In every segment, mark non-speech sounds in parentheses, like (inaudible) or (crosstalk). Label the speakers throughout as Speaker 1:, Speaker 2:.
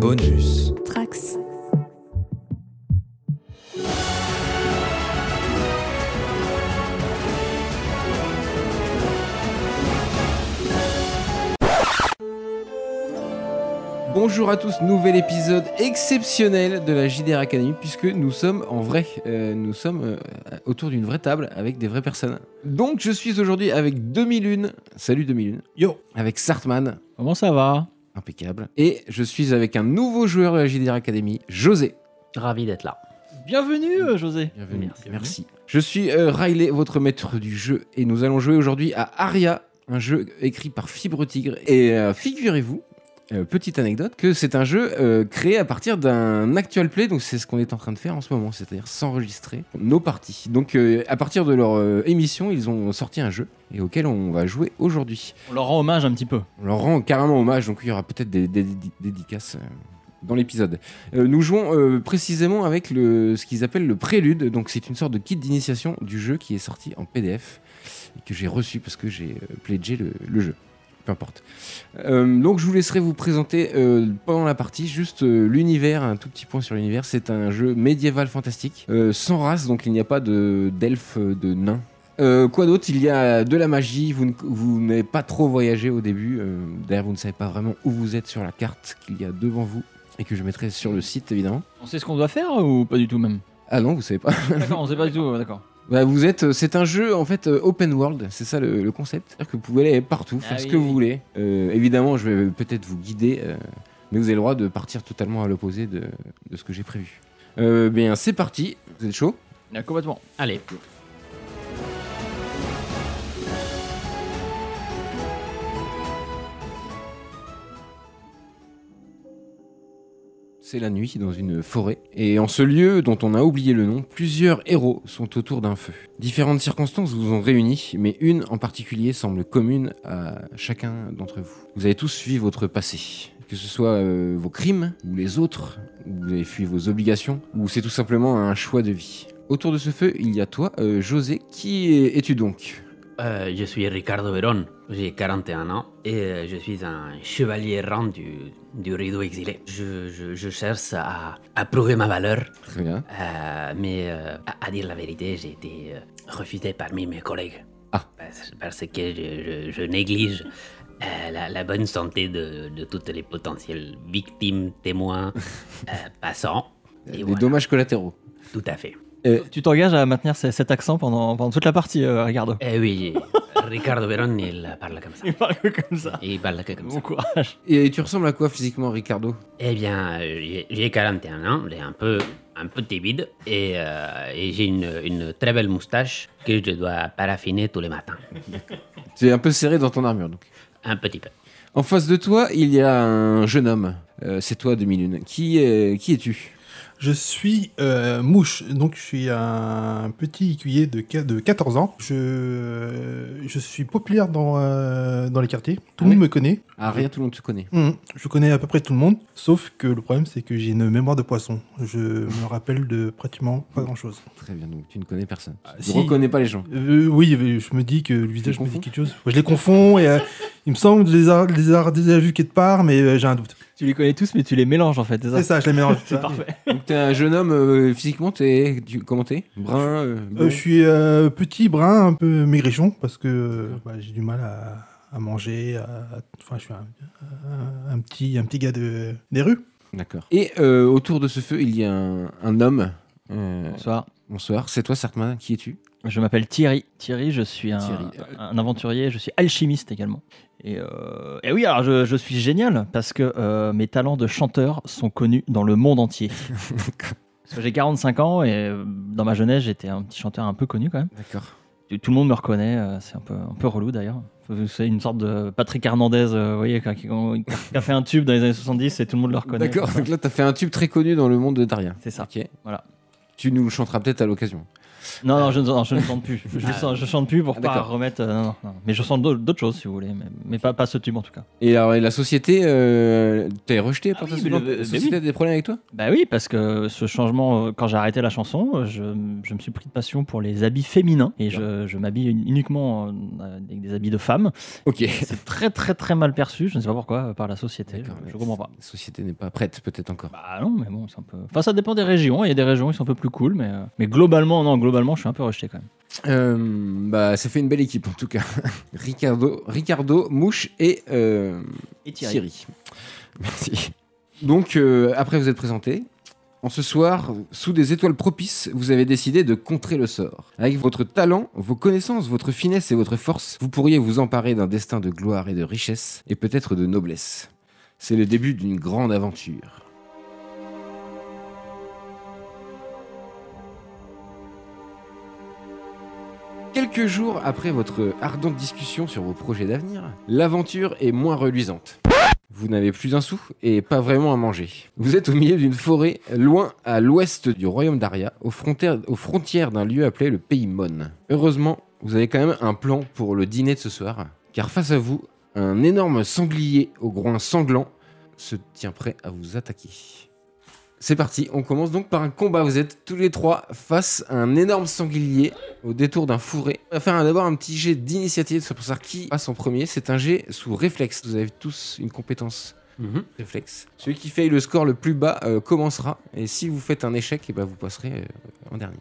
Speaker 1: Bonus.
Speaker 2: Trax.
Speaker 1: Bonjour à tous, nouvel épisode exceptionnel de la JDR Academy puisque nous sommes en vrai, Euh, nous sommes euh, autour d'une vraie table avec des vraies personnes. Donc je suis aujourd'hui avec 2001, salut 2001,
Speaker 3: Yo.
Speaker 1: avec Sartman,
Speaker 3: Comment ça va
Speaker 1: impeccable, et je suis avec un nouveau joueur de la JDR Academy, José.
Speaker 4: Ravi d'être là.
Speaker 3: Bienvenue euh, José.
Speaker 1: Bienvenue.
Speaker 4: Merci.
Speaker 1: Merci. Je suis euh, Riley, votre maître du jeu, et nous allons jouer aujourd'hui à Aria, un jeu écrit par Fibre Tigre. Et euh, figurez-vous, euh, petite anecdote, que c'est un jeu euh, créé à partir d'un actual play, donc c'est ce qu'on est en train de faire en ce moment, c'est-à-dire s'enregistrer nos parties. Donc euh, à partir de leur euh, émission, ils ont sorti un jeu et auquel on va jouer aujourd'hui.
Speaker 3: On leur rend hommage un petit peu.
Speaker 1: On leur rend carrément hommage, donc il y aura peut-être des, des- des- dédicaces euh, dans l'épisode. Euh, nous jouons euh, précisément avec le, ce qu'ils appellent le prélude, donc c'est une sorte de kit d'initiation du jeu qui est sorti en PDF et que j'ai reçu parce que j'ai euh, pledgé le, le jeu. Peu importe. Euh, donc je vous laisserai vous présenter euh, pendant la partie juste euh, l'univers, un tout petit point sur l'univers. C'est un jeu médiéval fantastique, euh, sans race, donc il n'y a pas de d'elfes, euh, de nains. Euh, quoi d'autre Il y a de la magie, vous ne- vous n'avez pas trop voyagé au début, euh, d'ailleurs vous ne savez pas vraiment où vous êtes sur la carte qu'il y a devant vous et que je mettrai sur le site évidemment.
Speaker 3: On sait ce qu'on doit faire ou pas du tout même
Speaker 1: Ah non, vous savez pas.
Speaker 3: (laughs)
Speaker 1: (laughs)
Speaker 3: D'accord, on sait pas du tout, d'accord.
Speaker 1: Bah, vous êtes, euh, c'est un jeu en fait euh, open world, c'est ça le, le concept. C'est-à-dire que vous pouvez aller partout,
Speaker 3: Ah
Speaker 1: faire ce
Speaker 3: oui,
Speaker 1: que
Speaker 3: oui.
Speaker 1: vous voulez. Euh, évidemment, je vais peut-être vous guider, euh, mais vous avez le droit de partir totalement à l'opposé de, de ce que j'ai prévu. Euh, bien, c'est parti. Vous êtes chaud
Speaker 3: Là, complètement.
Speaker 4: Allez,
Speaker 1: C'est la nuit dans une forêt, et en ce lieu dont on a oublié le nom, plusieurs héros sont autour d'un feu. Différentes circonstances vous ont réunis, mais une en particulier semble commune à chacun d'entre vous. Vous avez tous suivi votre passé, que ce soit euh, vos crimes ou les autres, ou vous avez fui vos obligations, ou c'est tout simplement un choix de vie. Autour de ce feu, il y a toi, euh, José, qui es- es-tu donc
Speaker 4: euh, je suis Ricardo Verón, j'ai 41 ans et euh, je suis un chevalier errant du, du rideau exilé. Je, je- je cherche à, à prouver ma valeur,
Speaker 1: Très bien.
Speaker 4: euh, mais euh, à, à dire la vérité, j'ai été euh, refusé parmi mes collègues.
Speaker 1: Ah.
Speaker 4: Parce, parce que je, je- je néglige euh, la, la bonne santé de, de toutes les potentielles victimes,
Speaker 1: (laughs)
Speaker 4: témoins, euh, passants. Et
Speaker 1: Les
Speaker 4: voilà,
Speaker 1: dommages collatéraux.
Speaker 4: Tout à fait.
Speaker 3: Tu t'engages à maintenir ce- cet accent pendant, pendant toute la partie, euh, Ricardo.
Speaker 4: Eh oui, Ricardo Verón, il parle
Speaker 1: (laughs)
Speaker 4: comme ça.
Speaker 3: Il parle comme ça.
Speaker 4: Et il parle que comme ça.
Speaker 3: Bon courage.
Speaker 1: Et tu ressembles à quoi physiquement, Ricardo
Speaker 4: Eh bien, euh, j'ai j'ai 41 ans, j'ai un peu, un peu timide et, euh, et j'ai une, une très belle moustache que je dois paraffiner tous les matins.
Speaker 1: Tu es un peu serré dans ton armure, donc.
Speaker 4: Un petit peu.
Speaker 1: En face de toi, il y a un jeune homme. Euh, c'est toi, Demi-Lune. Qui, est- qui es-tu
Speaker 5: Je suis euh, mouche, donc je suis un petit écuyer de, qua- de 14 ans. Je, je suis populaire dans, euh, dans les quartiers.
Speaker 1: Ah
Speaker 5: Tout le monde
Speaker 1: ouais
Speaker 5: me connaît.
Speaker 1: Ah, rien, tout le monde te connaît.
Speaker 5: Mhm. Je connais à peu près tout le monde, sauf que le problème c'est que j'ai une mémoire de poisson. Je me rappelle de pratiquement pas grand chose.
Speaker 1: Très bien, donc tu ne connais personne. tu
Speaker 5: Ah, si.
Speaker 1: ne reconnais pas les gens.
Speaker 5: Euh, oui, mais je me dis que le visage me
Speaker 1: confonds
Speaker 5: dit quelque chose. Ouais, je les confonds et euh, il me semble les avoir les avoir déjà vus quelque part, mais euh, j'ai un doute.
Speaker 3: Tu les connais tous, mais tu les mélanges en fait, c'est ça
Speaker 5: C'est ça, je les mélange.
Speaker 3: (laughs) C'est parfait.
Speaker 1: Donc t'es un jeune homme, euh, physiquement, t'es, tu, comment t'es Brun euh, blond
Speaker 5: Euh, je suis euh, petit, brun, un peu maigrichon, parce que euh, bah, j'ai du mal à, à manger. à- à- Enfin, je suis un, un- un petit, un petit gars de, des rues.
Speaker 1: D'accord. Et euh, autour de ce feu, il y a un, un homme. Euh,
Speaker 3: Bonsoir.
Speaker 1: bonsoir, c'est toi, Sartman. Qui es-tu
Speaker 3: Je m'appelle Thierry. Thierry, je suis un,
Speaker 1: Thierry. euh,
Speaker 3: un aventurier, je suis alchimiste également. Et, euh, et oui, alors je, je suis génial parce que euh, mes talents de chanteur sont connus dans le
Speaker 1: (laughs)
Speaker 3: monde entier. Parce que j'ai 45 ans et euh, dans ma jeunesse, j'étais un petit chanteur un peu connu quand même.
Speaker 1: D'accord.
Speaker 3: Tout- Tout le monde me reconnaît, euh, c'est un peu, un peu relou d'ailleurs. C'est une sorte de Patrick Hernandez, euh, vous voyez, qui, qui a fait un tube dans les années 70 et tout le monde le reconnaît.
Speaker 1: D'accord, donc là, t'as fait un tube très connu dans le monde de Daria.
Speaker 3: C'est ça.
Speaker 1: Ok.
Speaker 3: Voilà.
Speaker 1: Tu nous le chanteras peut-être à l'occasion.
Speaker 3: Non, non, je ne, non, je ne chante plus. Je,
Speaker 4: Ah.
Speaker 3: sens- je chante plus pour
Speaker 1: Ah,
Speaker 3: pas
Speaker 1: d'accord.
Speaker 3: remettre. euh, non, non, non. Mais je chante d'au- d'autres choses si vous voulez, mais, mais pas, pas ce tube en tout cas.
Speaker 1: Et alors, et la société, euh, t'es rejeté
Speaker 3: Ah
Speaker 1: par
Speaker 3: oui,
Speaker 1: ta
Speaker 3: mais
Speaker 1: seconde-
Speaker 3: le-
Speaker 1: la
Speaker 3: mais
Speaker 1: société
Speaker 3: oui.
Speaker 1: a des problèmes avec toi
Speaker 3: Bah oui, parce que ce changement, euh, quand j'ai arrêté la chanson, euh, je, je me suis pris de passion pour les habits féminins et je, je m'habille un- uniquement euh, avec des habits de femmes.
Speaker 1: Ok.
Speaker 3: C'est très très très mal perçu, je ne sais pas pourquoi, euh, par la société.
Speaker 1: D'accord,
Speaker 3: Je- Je
Speaker 1: mais
Speaker 3: comprends pas.
Speaker 1: La société n'est pas prête, peut-être encore.
Speaker 3: Bah non, mais bon, c'est un peu. Enfin, ça dépend des régions. Il y a des régions qui sont un peu plus cool, mais, euh, mais globalement, non, globalement, je suis un peu rejeté quand même.
Speaker 1: Euh, bah, ça fait une belle équipe en tout cas. (laughs) Ricardo, Ricardo Mouche et euh,
Speaker 3: Et
Speaker 1: Thierry. Merci. Donc, euh, après vous êtes présenté, en ce soir, sous des étoiles propices, vous avez décidé de contrer le sort. Avec votre talent, vos connaissances, votre finesse et votre force, vous pourriez vous emparer d'un destin de gloire et de richesse, et peut-être de noblesse. C'est le début d'une grande aventure. Quelques jours après votre ardente discussion sur vos projets d'avenir, l'aventure est moins reluisante. Vous n'avez plus un sou et pas vraiment à manger. Vous êtes au milieu d'une forêt, loin à l'ouest du royaume d'Aria, aux frontières, aux frontières d'un lieu appelé le Pays Mon. Heureusement, vous avez quand même un plan pour le dîner de ce soir, car face à vous, un énorme sanglier au groin sanglant se tient prêt à vous attaquer. C'est parti, on commence donc par un combat. Vous êtes tous les trois face à un énorme sanglier au détour d'un fourré. On va faire un- d'abord un petit jet d'initiative pour savoir qui passe en premier. C'est un jet sous réflexe. Vous avez tous une compétence
Speaker 4: Mhm.
Speaker 1: réflexe. Celui qui fait le score le plus bas euh, commencera. Et si vous faites un échec, et ben vous passerez euh, en dernier.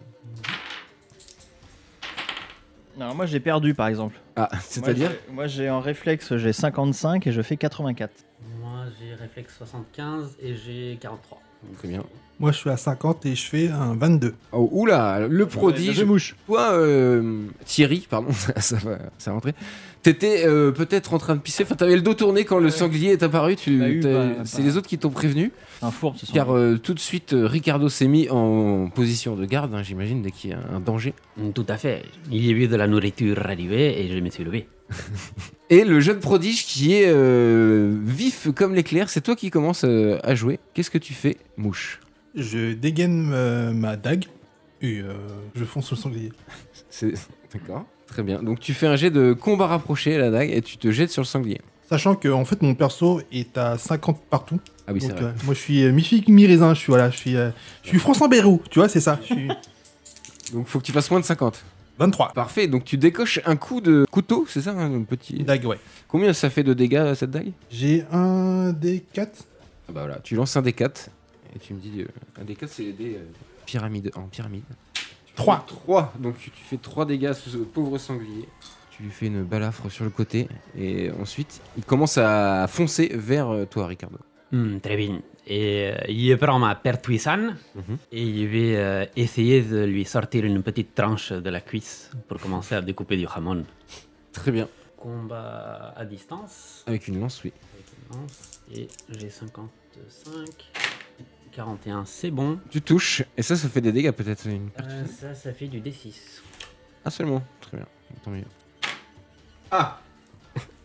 Speaker 3: Non, moi j'ai perdu par exemple.
Speaker 1: Ah, c'est-à-dire
Speaker 3: Moi, j'ai- Moi j'ai en réflexe, j'ai 55 et je fais 84.
Speaker 4: Moi, j'ai réflexe 75 et j'ai 43. Donc,
Speaker 1: Très bien.
Speaker 5: Moi, je suis à 50 et je fais un 22.
Speaker 1: Oh, oula, le
Speaker 3: Ouais,
Speaker 1: prodige.
Speaker 3: j'ai mouche.
Speaker 1: Toi, euh, Thierry, pardon, (laughs) ça, ça va, ça va rentrer. T'étais euh, peut-être en train de pisser. Enfin, t'avais le dos tourné quand le
Speaker 3: Ouais.
Speaker 1: sanglier est apparu. Tu,
Speaker 3: Bah, eu,
Speaker 1: t'as-
Speaker 3: bah,
Speaker 1: c'est
Speaker 3: bah.
Speaker 1: les autres qui t'ont prévenu.
Speaker 3: C'est un fourbe ce soir.
Speaker 1: Car euh, tout de suite, euh, Ricardo s'est mis en position de garde, hein, j'imagine, dès qu'il y a un danger.
Speaker 4: Mm, Tout à fait. J'ai vu de la nourriture arriver et je me suis levé.
Speaker 1: Et le jeune prodige qui est euh, vif comme l'éclair, c'est toi qui commences euh, à jouer. Qu'est-ce que tu fais, mouche
Speaker 5: Je dégaine euh, ma dague et euh, je fonce le sanglier.
Speaker 1: C'est- (laughs) D'accord. Très bien. Donc tu fais un jet de combat rapproché à la dague et tu te jettes sur le sanglier.
Speaker 5: Sachant que, en fait, mon perso est à 50 partout.
Speaker 1: Ah oui, c'est
Speaker 5: Donc,
Speaker 1: vrai.
Speaker 5: euh, moi, je suis euh, mi-figue, mi-raisin. Je suis, voilà, je suis, euh, je suis François Bayrou, tu vois, c'est ça.
Speaker 1: (laughs)
Speaker 5: Je suis
Speaker 1: Donc faut que tu fasses moins de 50.
Speaker 5: 23.
Speaker 1: Parfait. Donc tu décoches un coup de couteau, c'est ça hein, un petit...
Speaker 5: Une dague, ouais.
Speaker 1: Combien ça fait de dégâts cette dague
Speaker 5: J'ai un des 4.
Speaker 1: Ah bah voilà, tu lances un D4 et tu me dis. euh, un D4 c'est des euh, pyramides en pyramide.
Speaker 5: Trois.
Speaker 1: 3 Donc tu fais 3 dégâts à ce pauvre sanglier. Tu lui fais une balafre sur le côté et ensuite il commence à foncer vers euh, toi, Ricardo.
Speaker 4: Hmm, très bien. Et euh, je prends ma pertuisane
Speaker 1: Mhm.
Speaker 4: et je vais euh, essayer de lui sortir une petite tranche de la cuisse pour commencer à découper du jamon.
Speaker 1: Très bien.
Speaker 4: Combat à distance
Speaker 1: Avec une lance, oui.
Speaker 4: avec une lance. Hein, et j'ai 55. 41, c'est bon.
Speaker 1: Tu touches et ça, ça fait des dégâts peut-être. Une...
Speaker 4: Euh, ça, ça fait du D6.
Speaker 1: Ah, seulement. Très bien. Tant mieux.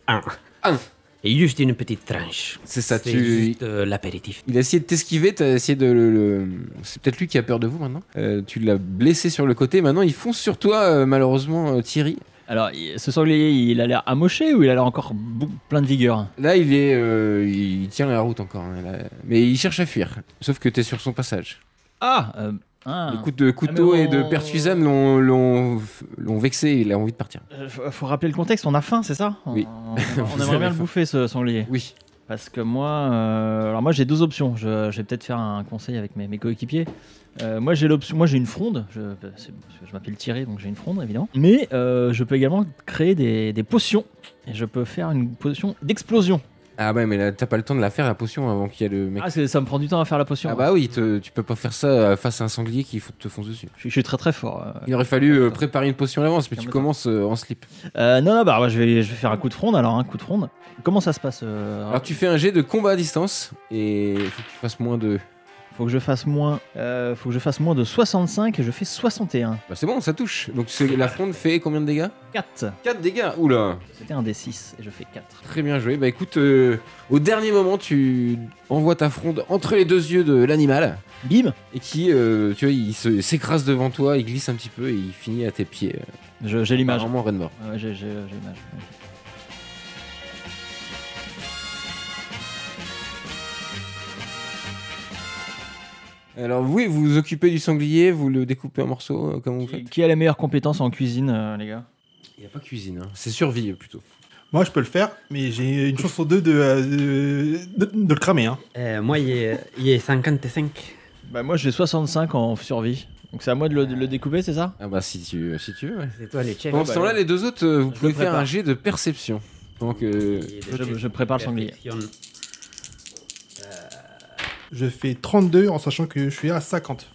Speaker 4: 1.
Speaker 1: Un.
Speaker 4: Et juste une petite tranche.
Speaker 1: C'est ça,
Speaker 4: C'est
Speaker 1: tu.
Speaker 4: juste euh, l'apéritif.
Speaker 1: Il a essayé de t'esquiver, t'as essayé de le. le- C'est peut-être lui qui a peur de vous maintenant. Euh, tu l'as blessé sur le côté, maintenant il fonce sur toi, euh, malheureusement, euh, Thierry.
Speaker 3: Alors, il- ce sanglier, il a l'air amoché ou il a l'air encore bou- plein de vigueur
Speaker 1: Là, il est, euh, il tient la route encore, hein, là. mais il cherche à fuir. Sauf que t'es sur son passage.
Speaker 3: Ah, euh, ah.
Speaker 1: Les coups de couteau
Speaker 3: mais
Speaker 1: et de
Speaker 3: on-
Speaker 1: pertuisane l'ont, l'ont, l'ont vexé. Il a envie de partir.
Speaker 3: Euh, faut- faut rappeler le contexte, on a faim, c'est ça
Speaker 1: Oui.
Speaker 3: (laughs) On, on
Speaker 1: Vous
Speaker 3: aimerait
Speaker 1: avez
Speaker 3: bien le
Speaker 1: faim.
Speaker 3: bouffer ce sanglier.
Speaker 1: Oui.
Speaker 3: Parce que moi, euh, alors moi j'ai deux options. Je, je vais peut-être faire un conseil avec mes, mes coéquipiers. Euh, moi j'ai l'option, moi j'ai une fronde. Je, bah, c'est- parce que je m'appelle Thierry, donc j'ai une fronde évidemment. Mais euh, je peux également créer des, des potions. Et je peux faire une potion d'explosion.
Speaker 1: Ah ouais, mais là, t'as pas le temps de la faire la potion avant qu'il y ait le mec.
Speaker 3: Ah, c'est- ça me prend du temps à faire la potion.
Speaker 1: Ah bah oui, te- tu peux pas faire ça euh, face à un sanglier qui f- te fonce dessus.
Speaker 3: je, suis- je suis très très fort. euh.
Speaker 1: Il aurait fallu euh, préparer une potion à l'avance, mais tu
Speaker 3: Calme-toi.
Speaker 1: commences euh, en slip.
Speaker 3: Euh, non, non, bah ouais, je, vais, je vais faire un coup de fronde. Alors un coup de fronde. Comment ça se passe euh,
Speaker 1: Alors tu fais un jet de combat à distance et faut que tu fasses moins de.
Speaker 3: Faut que je fasse moins. euh, faut que je fasse moins de 65 et je fais 61.
Speaker 1: Bah, c'est bon, ça touche. Donc c'est- la fronde fait combien de dégâts
Speaker 3: 4.
Speaker 1: 4 dégâts. Oula.
Speaker 3: C'était un des 6 et je fais 4.
Speaker 1: Très bien joué. Bah écoute, euh, au dernier moment, tu envoies ta fronde entre les deux yeux de l'animal
Speaker 3: Bim
Speaker 1: et qui, euh, tu vois, il se- s'écrase devant toi, il glisse un petit peu et il finit à tes pieds. euh,
Speaker 3: Je- J'ai l'image.
Speaker 1: Apparemment, Renmore.
Speaker 3: Ouais, j'ai j'ai- j'ai l'image. ouais.
Speaker 1: Alors oui, vous vous occupez du sanglier, vous le découpez en morceaux, euh, comment vous
Speaker 3: Qui,
Speaker 1: faites
Speaker 3: qui a les meilleures compétences en cuisine, euh, les gars
Speaker 1: Il n'y a pas cuisine, hein. c'est survie plutôt.
Speaker 5: Moi, je peux le faire, mais j'ai une chance sur deux de, euh, de, de le cramer. Hein.
Speaker 4: Euh, moi, il est, il est 55.
Speaker 3: Bah moi j'ai 65 en survie. Donc c'est à moi de le, de le découper, c'est ça
Speaker 1: Ah bah si tu, si tu veux. ouais.
Speaker 4: C'est toi le chef.
Speaker 1: Pendant ce temps-là, bah, les deux autres, euh, vous
Speaker 3: bah, Je
Speaker 1: pouvez
Speaker 3: le
Speaker 1: faire
Speaker 3: prépare.
Speaker 1: un jet de perception. Donc euh,
Speaker 3: je, je prépare le sanglier.
Speaker 5: Je fais 32 en sachant que je suis à 50.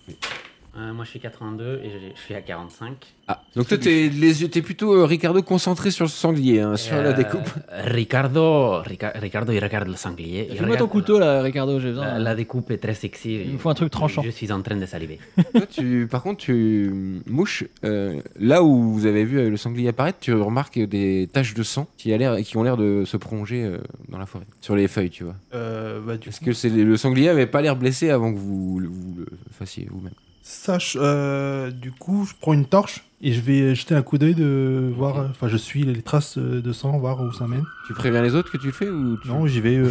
Speaker 4: Euh, moi, je suis 82 et je, je suis à 45.
Speaker 1: ah. donc toi t'es les yeux- t'es plutôt euh, Ricardo concentré sur le sanglier, hein, sur
Speaker 4: Euh,
Speaker 1: la découpe.
Speaker 4: Ricardo, Rica- Ricardo, il regarde le sanglier. il
Speaker 3: Fais-moi ton
Speaker 4: regarde
Speaker 3: couteau là, Ricardo, j'ai
Speaker 4: La,
Speaker 3: besoin.
Speaker 4: la découpe est très sexy.
Speaker 3: Il me faut un truc tranchant.
Speaker 4: Je suis en train de saliver.
Speaker 1: Toi, tu, par contre, tu mouches euh, là où vous avez vu euh, le sanglier apparaître, tu remarques des taches de sang qui, a l'air, qui ont l'air de se prolonger euh, dans la forêt, sur les feuilles, tu vois.
Speaker 5: Euh, bah, du
Speaker 1: Est-ce
Speaker 5: coup,
Speaker 1: que c'est, le sanglier avait pas l'air blessé avant que vous, le- vous le fassiez vous-même
Speaker 5: sache, euh, du coup, je prends une torche et je vais jeter un coup d'œil de voir. euh, Enfin, je suis les traces euh, de sang, voir où ça mène.
Speaker 1: Tu préviens les autres que tu le fais ou tu...
Speaker 5: Non, j'y
Speaker 1: (laughs)
Speaker 5: vais euh,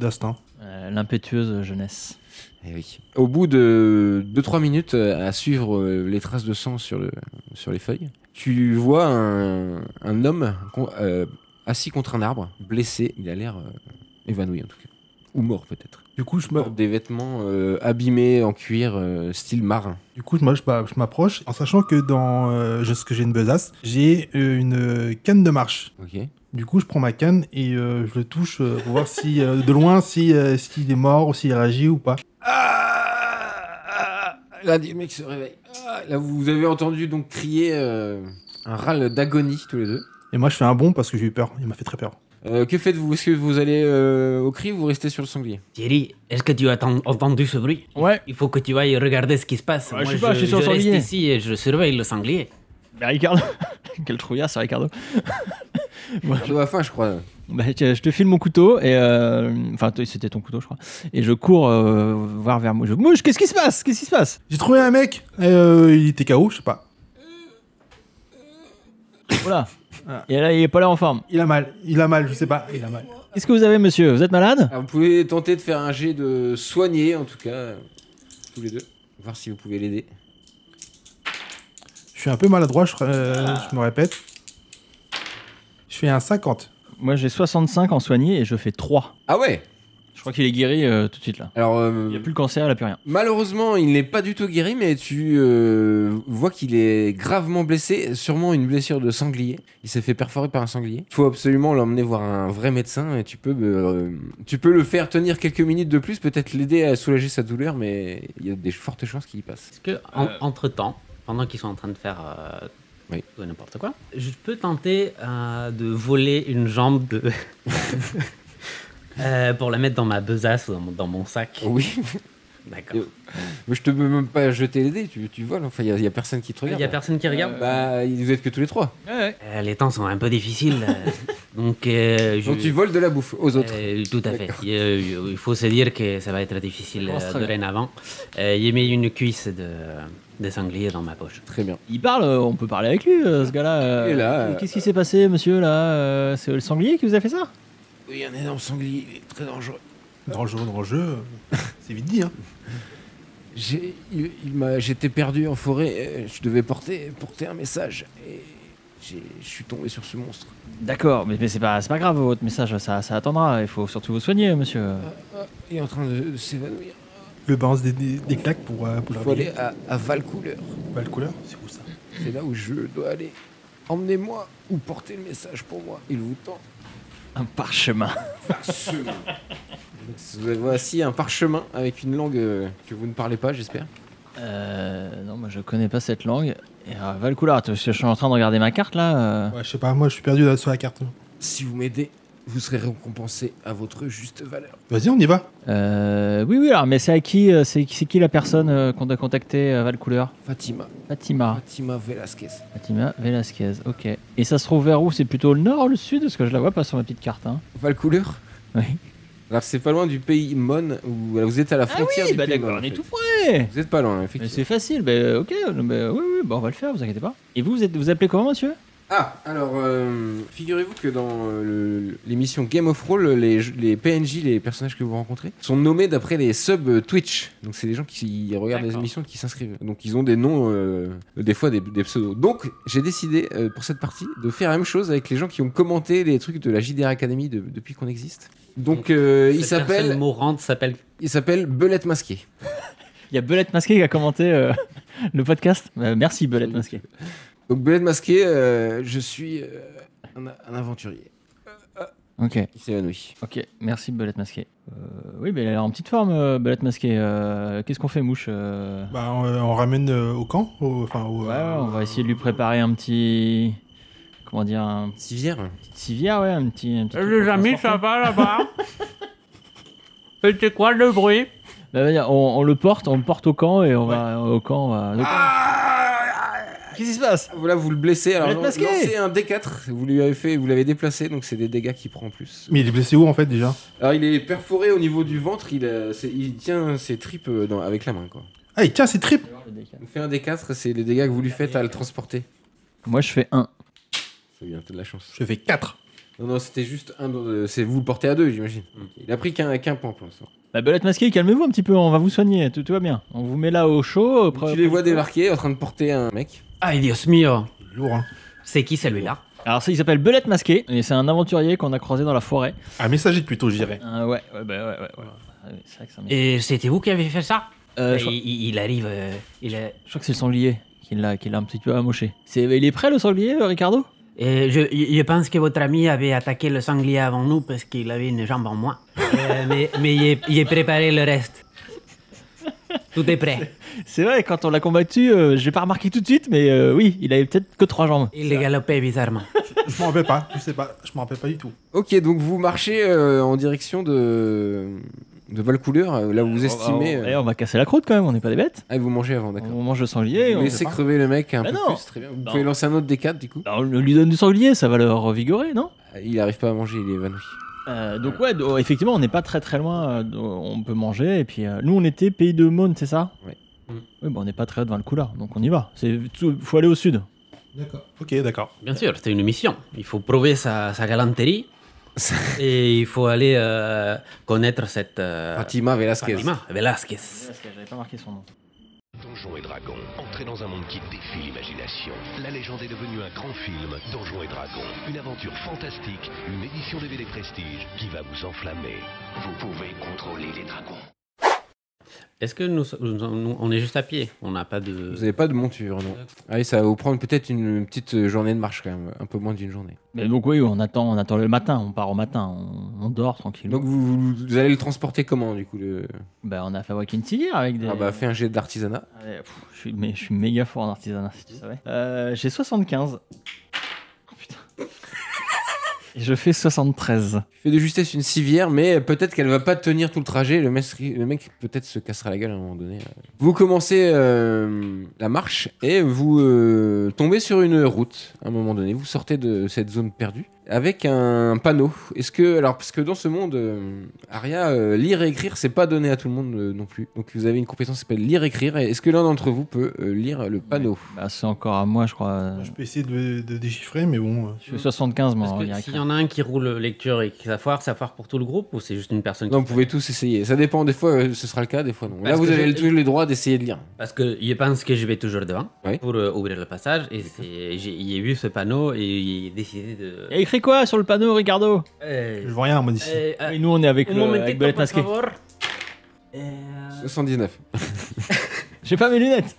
Speaker 5: d'instinct.
Speaker 3: Euh, L'impétueuse jeunesse.
Speaker 1: Eh oui. Au bout de 2-3 minutes euh, à suivre euh, les traces de sang sur, le, sur les feuilles, tu vois un, un homme con- euh, assis contre un arbre, blessé. Il a l'air euh, évanoui en tout cas. Ou mort peut-être.
Speaker 5: Du coup, je me-
Speaker 1: Porte Des vêtements euh, abîmés en cuir euh, style marin.
Speaker 5: Du coup, moi, je, bah, je m'approche en sachant que dans euh, je- ce que j'ai une besace, j'ai euh, une euh, canne de marche.
Speaker 1: Ok.
Speaker 5: Du coup, je prends ma canne et euh, je le touche euh, pour voir si euh, de loin si euh, s'il est mort ou s'il réagit ou pas.
Speaker 1: Là, Ah, le mec se réveille. Ah, là, vous avez entendu donc crier euh, un râle d'agonie tous les deux.
Speaker 5: Et moi, je fais un bond parce que j'ai eu peur. Il m'a fait très peur.
Speaker 1: Euh, que faites-vous Est-ce que vous allez euh, au cri ou vous restez sur le sanglier
Speaker 4: Thierry, est-ce que tu as ten- entendu ce bruit
Speaker 3: Ouais,
Speaker 4: Il faut que tu ailles regarder ce qui se passe.
Speaker 3: Ouais, je sais pas, je suis sur le
Speaker 4: reste
Speaker 3: sanglier.
Speaker 4: ici et je surveille le sanglier.
Speaker 3: bah Ricardo. (laughs) Quel trouillard, c'est Ricardo.
Speaker 1: Ricardo à la fin, je crois.
Speaker 3: Bah, tiens, je te file mon couteau et euh, enfin t- c'était ton couteau je crois et je cours euh, voir vers Mouche. Mouche, qu'est-ce qui se passe Qu'est-ce qui se passe
Speaker 5: J'ai trouvé un mec. Euh, il était KO, je sais pas.
Speaker 3: Voilà.
Speaker 5: Ah.
Speaker 3: Et là il est pas là en forme.
Speaker 5: Il a mal. Il a mal. Je sais pas. Il a mal.
Speaker 3: Qu'est-ce que vous avez monsieur Vous êtes malade
Speaker 1: Alors, Ah, vous pouvez tenter de faire un jet de soigner, en tout cas, euh, tous les deux. Voir si vous pouvez l'aider.
Speaker 5: Je suis un peu maladroit. Je, euh, je me répète. Je fais un 50.
Speaker 3: Moi j'ai 65 en soigné et je fais 3.
Speaker 1: Ah ouais
Speaker 3: Je crois qu'il est guéri euh, tout de suite là.
Speaker 1: Alors, euh,
Speaker 3: Il n'y a plus le cancer, il n'y a plus rien.
Speaker 1: malheureusement, il n'est pas du tout guéri, mais tu euh, vois qu'il est gravement blessé, sûrement une blessure de sanglier. Il s'est fait perforer par un sanglier. Il faut absolument l'emmener voir un vrai médecin et tu peux, euh, tu peux le faire tenir quelques minutes de plus, peut-être l'aider à soulager sa douleur, mais il y a des fortes chances qu'il y passe.
Speaker 4: Est-ce que, en-
Speaker 3: Euh.
Speaker 4: entre-temps, pendant qu'ils sont en train de faire euh,
Speaker 1: Oui.
Speaker 4: tout et n'importe quoi, je peux tenter euh, de voler une jambe de... (laughs) Euh, pour la mettre dans ma besace ou dans mon, dans mon sac.
Speaker 1: Oui, (laughs)
Speaker 4: D'accord.
Speaker 1: mais je te peux même pas jeter les dés, tu, tu voles, enfin, il y a- il y, a personne qui te
Speaker 4: Il
Speaker 1: regarde.
Speaker 4: n'y a personne qui regarde
Speaker 1: Bah, ils- vous êtes que tous les trois.
Speaker 4: Euh, Les temps sont un peu
Speaker 1: (laughs)
Speaker 4: difficiles. euh, donc, euh, je...
Speaker 1: Donc tu voles de la bouffe aux autres.
Speaker 4: Euh, tout à fait. Il, euh, il faut se dire que ça va être difficile
Speaker 3: Ça commence
Speaker 4: euh,
Speaker 3: très bien.
Speaker 4: dorénavant. Euh, J'ai mis une cuisse de, de sanglier dans ma poche.
Speaker 1: Très bien.
Speaker 3: Il parle, euh, on peut parler avec lui euh, ce gars-là. euh.
Speaker 1: Et là, euh,
Speaker 3: Qu'est-ce qui s'est passé monsieur là Euh, C'est le sanglier qui vous a fait ça
Speaker 1: Oui, un énorme sanglier, il est très dangereux.
Speaker 5: Dangereux, dangereux. C'est vite dit. Hein.
Speaker 1: J'ai, il, il m'a, j'étais perdu en forêt, euh, je devais porter, porter un message et j'ai- je suis tombé sur ce monstre.
Speaker 3: D'accord, mais, mais c'est pas, c'est pas grave, votre message, ça, ça attendra. Il faut surtout vous soigner, monsieur.
Speaker 1: Euh. Il est en train de, de s'évanouir.
Speaker 5: Je balance des, des, des claques pour, euh, pour
Speaker 1: Il
Speaker 5: le
Speaker 1: faut aller
Speaker 5: réveiller.
Speaker 1: à, à Valcouleur.
Speaker 5: Pas le couleur. C'est où ça
Speaker 1: C'est là où je dois aller. Emmenez-moi ou portez le message pour moi. Il vous tend.
Speaker 3: Un parchemin.
Speaker 1: Voici un parchemin avec une langue euh, que vous ne parlez pas, j'espère.
Speaker 3: Euh, non, moi je connais pas cette langue. Et euh, Valcoulard, tu- je suis en train de regarder ma carte là. euh.
Speaker 5: Ouais, je sais pas. Moi, je suis perdu là, sur la carte.
Speaker 1: Si vous m'aidez, Vous serez récompensé à votre juste valeur.
Speaker 5: Vas-y, on y va.
Speaker 3: Euh, oui, oui, alors, mais c'est à qui euh, C'est c'est qui la personne euh, qu'on doit contacter, euh, Valcouleur
Speaker 1: Fatima. Ah.
Speaker 3: Fatima.
Speaker 1: Fatima Velasquez.
Speaker 3: Fatima Velasquez, ok. Et ça se trouve vers où C'est plutôt le nord ou le sud Parce que je la vois pas sur ma petite carte. Hein.
Speaker 1: Valcouleur
Speaker 3: Oui.
Speaker 1: Alors c'est pas loin du pays Mon où alors, vous êtes à
Speaker 4: Ah
Speaker 1: la frontière
Speaker 4: bah
Speaker 1: du pays Mon, bah en fait.
Speaker 3: près
Speaker 1: Vous êtes pas loin,
Speaker 3: Mais
Speaker 1: effectivement.
Speaker 3: c'est facile, bah, ok, non, bah, oui, oui, bah, on va le faire, vous inquiétez pas. Et vous, vous êtes, vous appelez comment, monsieur
Speaker 1: Ah, alors, euh, figurez-vous que dans euh, le- l'émission Game of Roll, les, jeux- les PNJ, les personnages que vous rencontrez, sont nommés d'après les subs euh, Twitch. Donc, c'est des gens qui regardent les
Speaker 4: D'accord.
Speaker 1: émissions et qui s'inscrivent. Donc, ils ont des noms, euh, des fois des, des pseudos. Donc, j'ai décidé euh, pour cette partie de faire la même chose avec les gens qui ont commenté les trucs de la JDR Academy de- depuis qu'on existe. Donc, euh, il
Speaker 4: Cette personne
Speaker 1: s'appelle
Speaker 4: Mourante s'appelle.
Speaker 1: il s'appelle Belette Masquée.
Speaker 3: Il y a Belette Masqué qui a commenté euh, (laughs) le podcast. Euh, merci, Belette Masqué.
Speaker 1: Donc, Belette Masquée, euh, je suis euh, un, un aventurier
Speaker 3: Ok,
Speaker 1: qui s'évanouit.
Speaker 3: ok, merci, Belette Masqué. Euh, oui, mais elle a l'air en petite forme, euh, Belette Masqué. Euh, Qu'est-ce qu'on fait, mouche euh
Speaker 5: Bah, on, on ramène euh, au camp. au- Enfin, au,
Speaker 3: Ouais,
Speaker 5: euh,
Speaker 3: on va essayer de lui préparer un petit. Comment dire Un
Speaker 1: Civière
Speaker 3: petit civière, ouais, un petit. un petit truc
Speaker 2: Les
Speaker 3: pour
Speaker 2: amis,
Speaker 3: transporter.
Speaker 2: ça va
Speaker 3: (laughs)
Speaker 2: là-bas C'était quoi le bruit
Speaker 3: Bah, vas-y, on, on le porte, on le porte au camp et on va au camp. on va-
Speaker 1: Ah.
Speaker 3: donc- Qu'est-ce qui se passe
Speaker 1: Voilà, vous le blessez. Alors,
Speaker 3: Vous l'êtes masqué.
Speaker 1: lancez un D4. Vous lui avez fait, vous l'avez déplacé, donc c'est des dégâts qu'il prend en plus.
Speaker 5: Mais il est blessé où en fait déjà
Speaker 1: Alors, il est perforé au niveau du ventre. Il, a- c'est- il tient ses tripes euh, dans- avec la main, quoi.
Speaker 5: Ah, il tient ses tripes
Speaker 1: Vous faites un D4, c'est les dégâts que vous lui faites à le transporter.
Speaker 3: Moi, je fais un.
Speaker 1: C'est bien, t'as de la chance.
Speaker 5: Je fais 4.
Speaker 1: Non, non, c'était juste un. de- C'est vous le portez à deux, j'imagine. Il a pris qu'un qu'un point pour l'instant.
Speaker 3: Bah, Belette Masqué, calmez-vous un petit peu, on va vous soigner, tout, tout va bien. On vous met là au chaud.
Speaker 1: Tu les vois débarquer en train de porter un mec.
Speaker 4: Ay, Ah, Dios mío.
Speaker 5: Lourd, hein.
Speaker 4: C'est qui celui-là
Speaker 3: Alors, ça, il s'appelle Belette Masqué, et c'est un aventurier qu'on a croisé dans la forêt.
Speaker 5: Un messager plutôt, je dirais.
Speaker 3: Euh, ouais, ouais, bah, ouais, ouais. ouais. Ah oui, c'est vrai que c'est un mec.
Speaker 4: Et C'était vous qui avez fait ça
Speaker 3: Euh,
Speaker 4: Et
Speaker 3: je, crois,
Speaker 4: il, il arrive. euh, il est-
Speaker 3: je crois que c'est le sanglier qui l'a qui l'a un petit peu amoché. C'est- Il est prêt, le sanglier, euh, Ricardo
Speaker 4: et je, je pense que votre ami avait attaqué le sanglier avant nous parce qu'il avait une jambe en (laughs) moins. Euh, mais mais il, est- il est préparé le reste. Tout est prêt.
Speaker 3: C'est vrai, quand on l'a combattu, euh, j'ai pas remarqué tout de suite, mais euh, oui, il avait peut-être que trois jambes.
Speaker 4: Il est galopé bizarrement.
Speaker 5: Je m'en rappelle pas, je sais pas, je m'en rappelle pas du tout.
Speaker 1: Ok, donc vous marchez euh, en direction de de Valcouleur, euh, là où vous estimez.
Speaker 3: On, va-
Speaker 1: euh,
Speaker 3: eh, on va casser la croûte quand même, on n'est pas des bêtes.
Speaker 1: Ah, vous mangez avant, d'accord.
Speaker 3: oh. On mange le sanglier.
Speaker 1: Vous
Speaker 3: on-
Speaker 1: laissez crever le mec un
Speaker 3: Bah
Speaker 1: peu
Speaker 3: non.
Speaker 1: plus, très bien. Vous
Speaker 3: Non.
Speaker 1: pouvez lancer un autre des quatre du coup. Ah,
Speaker 3: Bah, on lui donne du sanglier, ça va le revigorer, non
Speaker 1: Il arrive pas à manger, il est évanoui.
Speaker 3: Euh, Donc ouais, do- effectivement, on n'est pas très très loin, euh, do- on peut manger, et puis euh, nous on était pays de Maune, c'est ça
Speaker 1: Ouais.
Speaker 4: Mm.
Speaker 3: Oui, bah, on n'est pas très devant le coulard, donc on y va. C'est tout- faut aller au sud.
Speaker 5: D'accord. Ok, d'accord.
Speaker 4: Bien sûr, c'est une mission. Il faut prouver sa, sa (laughs) galanterie. Et il faut aller euh, connaître cette. euh,
Speaker 1: Fatima Velasquez.
Speaker 4: Fatima Velázquez.
Speaker 3: J'avais pas marqué son nom.
Speaker 6: Donjons et Dragons, entrez dans un monde qui défie l'imagination. La légende est devenue un grand film, Donjons et Dragons. Une aventure fantastique, une édition DVD Prestige qui va vous enflammer. Vous pouvez contrôler les dragons.
Speaker 4: Est-ce que nous, nous- nous- on est juste à pied On n'a pas de.
Speaker 1: Vous avez pas de monture,
Speaker 3: Euh,
Speaker 1: non Allez, ça va vous prendre peut-être une petite euh, journée de marche quand même, un peu moins d'une journée.
Speaker 3: Mais donc oui, on attend, on attend le matin, on part au matin, on, on dort tranquillement.
Speaker 1: Donc vous, vous- vous allez le transporter comment du coup le...
Speaker 3: Bah, on a fabriqué une civière avec des...
Speaker 1: Ah bah fais un jet d'artisanat.
Speaker 3: Ouais, pff, je, suis, mais je suis méga fort en artisanat, si tu savais. Euh, j'ai 75. Oh, putain. Et je fais 73.
Speaker 1: Tu fais de justesse une civière, mais peut-être qu'elle va pas tenir tout le trajet. Le mec, le mec peut-être se cassera la gueule à un moment donné. Vous commencez euh, la marche et vous euh, tombez sur une route à un moment donné. Vous sortez de cette zone perdue avec un panneau. Est-ce que alors parce que dans ce monde, euh, Aria, euh, lire et écrire, c'est pas donné à tout le monde euh, non plus. Donc vous avez une compétence qui s'appelle lire écrire. Et Est-ce que l'un d'entre vous peut euh, lire le panneau
Speaker 3: Bah, c'est encore à moi, je crois.
Speaker 5: Bah, Je peux essayer de, de déchiffrer, mais bon. euh,
Speaker 3: Je fais 75, moi.
Speaker 4: Mm. Parce
Speaker 3: en
Speaker 4: que
Speaker 3: direct.
Speaker 4: s'il y en a un qui roule lecture et qui foire, ça foire pour tout le groupe ou c'est juste une personne
Speaker 1: Non, vous
Speaker 4: qui.
Speaker 1: pouvez tous essayer. Ça dépend. Des fois, euh, ce sera le cas. Des fois, non. Là,
Speaker 4: Parce
Speaker 1: vous
Speaker 4: que
Speaker 1: avez
Speaker 4: j'ai-
Speaker 1: le, le droit d'essayer de lire.
Speaker 4: Parce que je pense que je vais toujours devant
Speaker 1: Ouais.
Speaker 4: pour euh, ouvrir le passage et c'est- j'ai il a vu ce panneau et il a décidé de.
Speaker 3: Il y a écrit quoi sur le panneau, Ricardo
Speaker 5: Je vois rien, moi, d'ici.
Speaker 4: Euh, euh,
Speaker 3: Et nous, on est Eh, avec
Speaker 4: un
Speaker 3: le
Speaker 4: momentito,
Speaker 3: avec Belette
Speaker 4: por
Speaker 3: masquée.
Speaker 4: favor. Euh,
Speaker 1: 79.
Speaker 3: J'ai pas mes lunettes.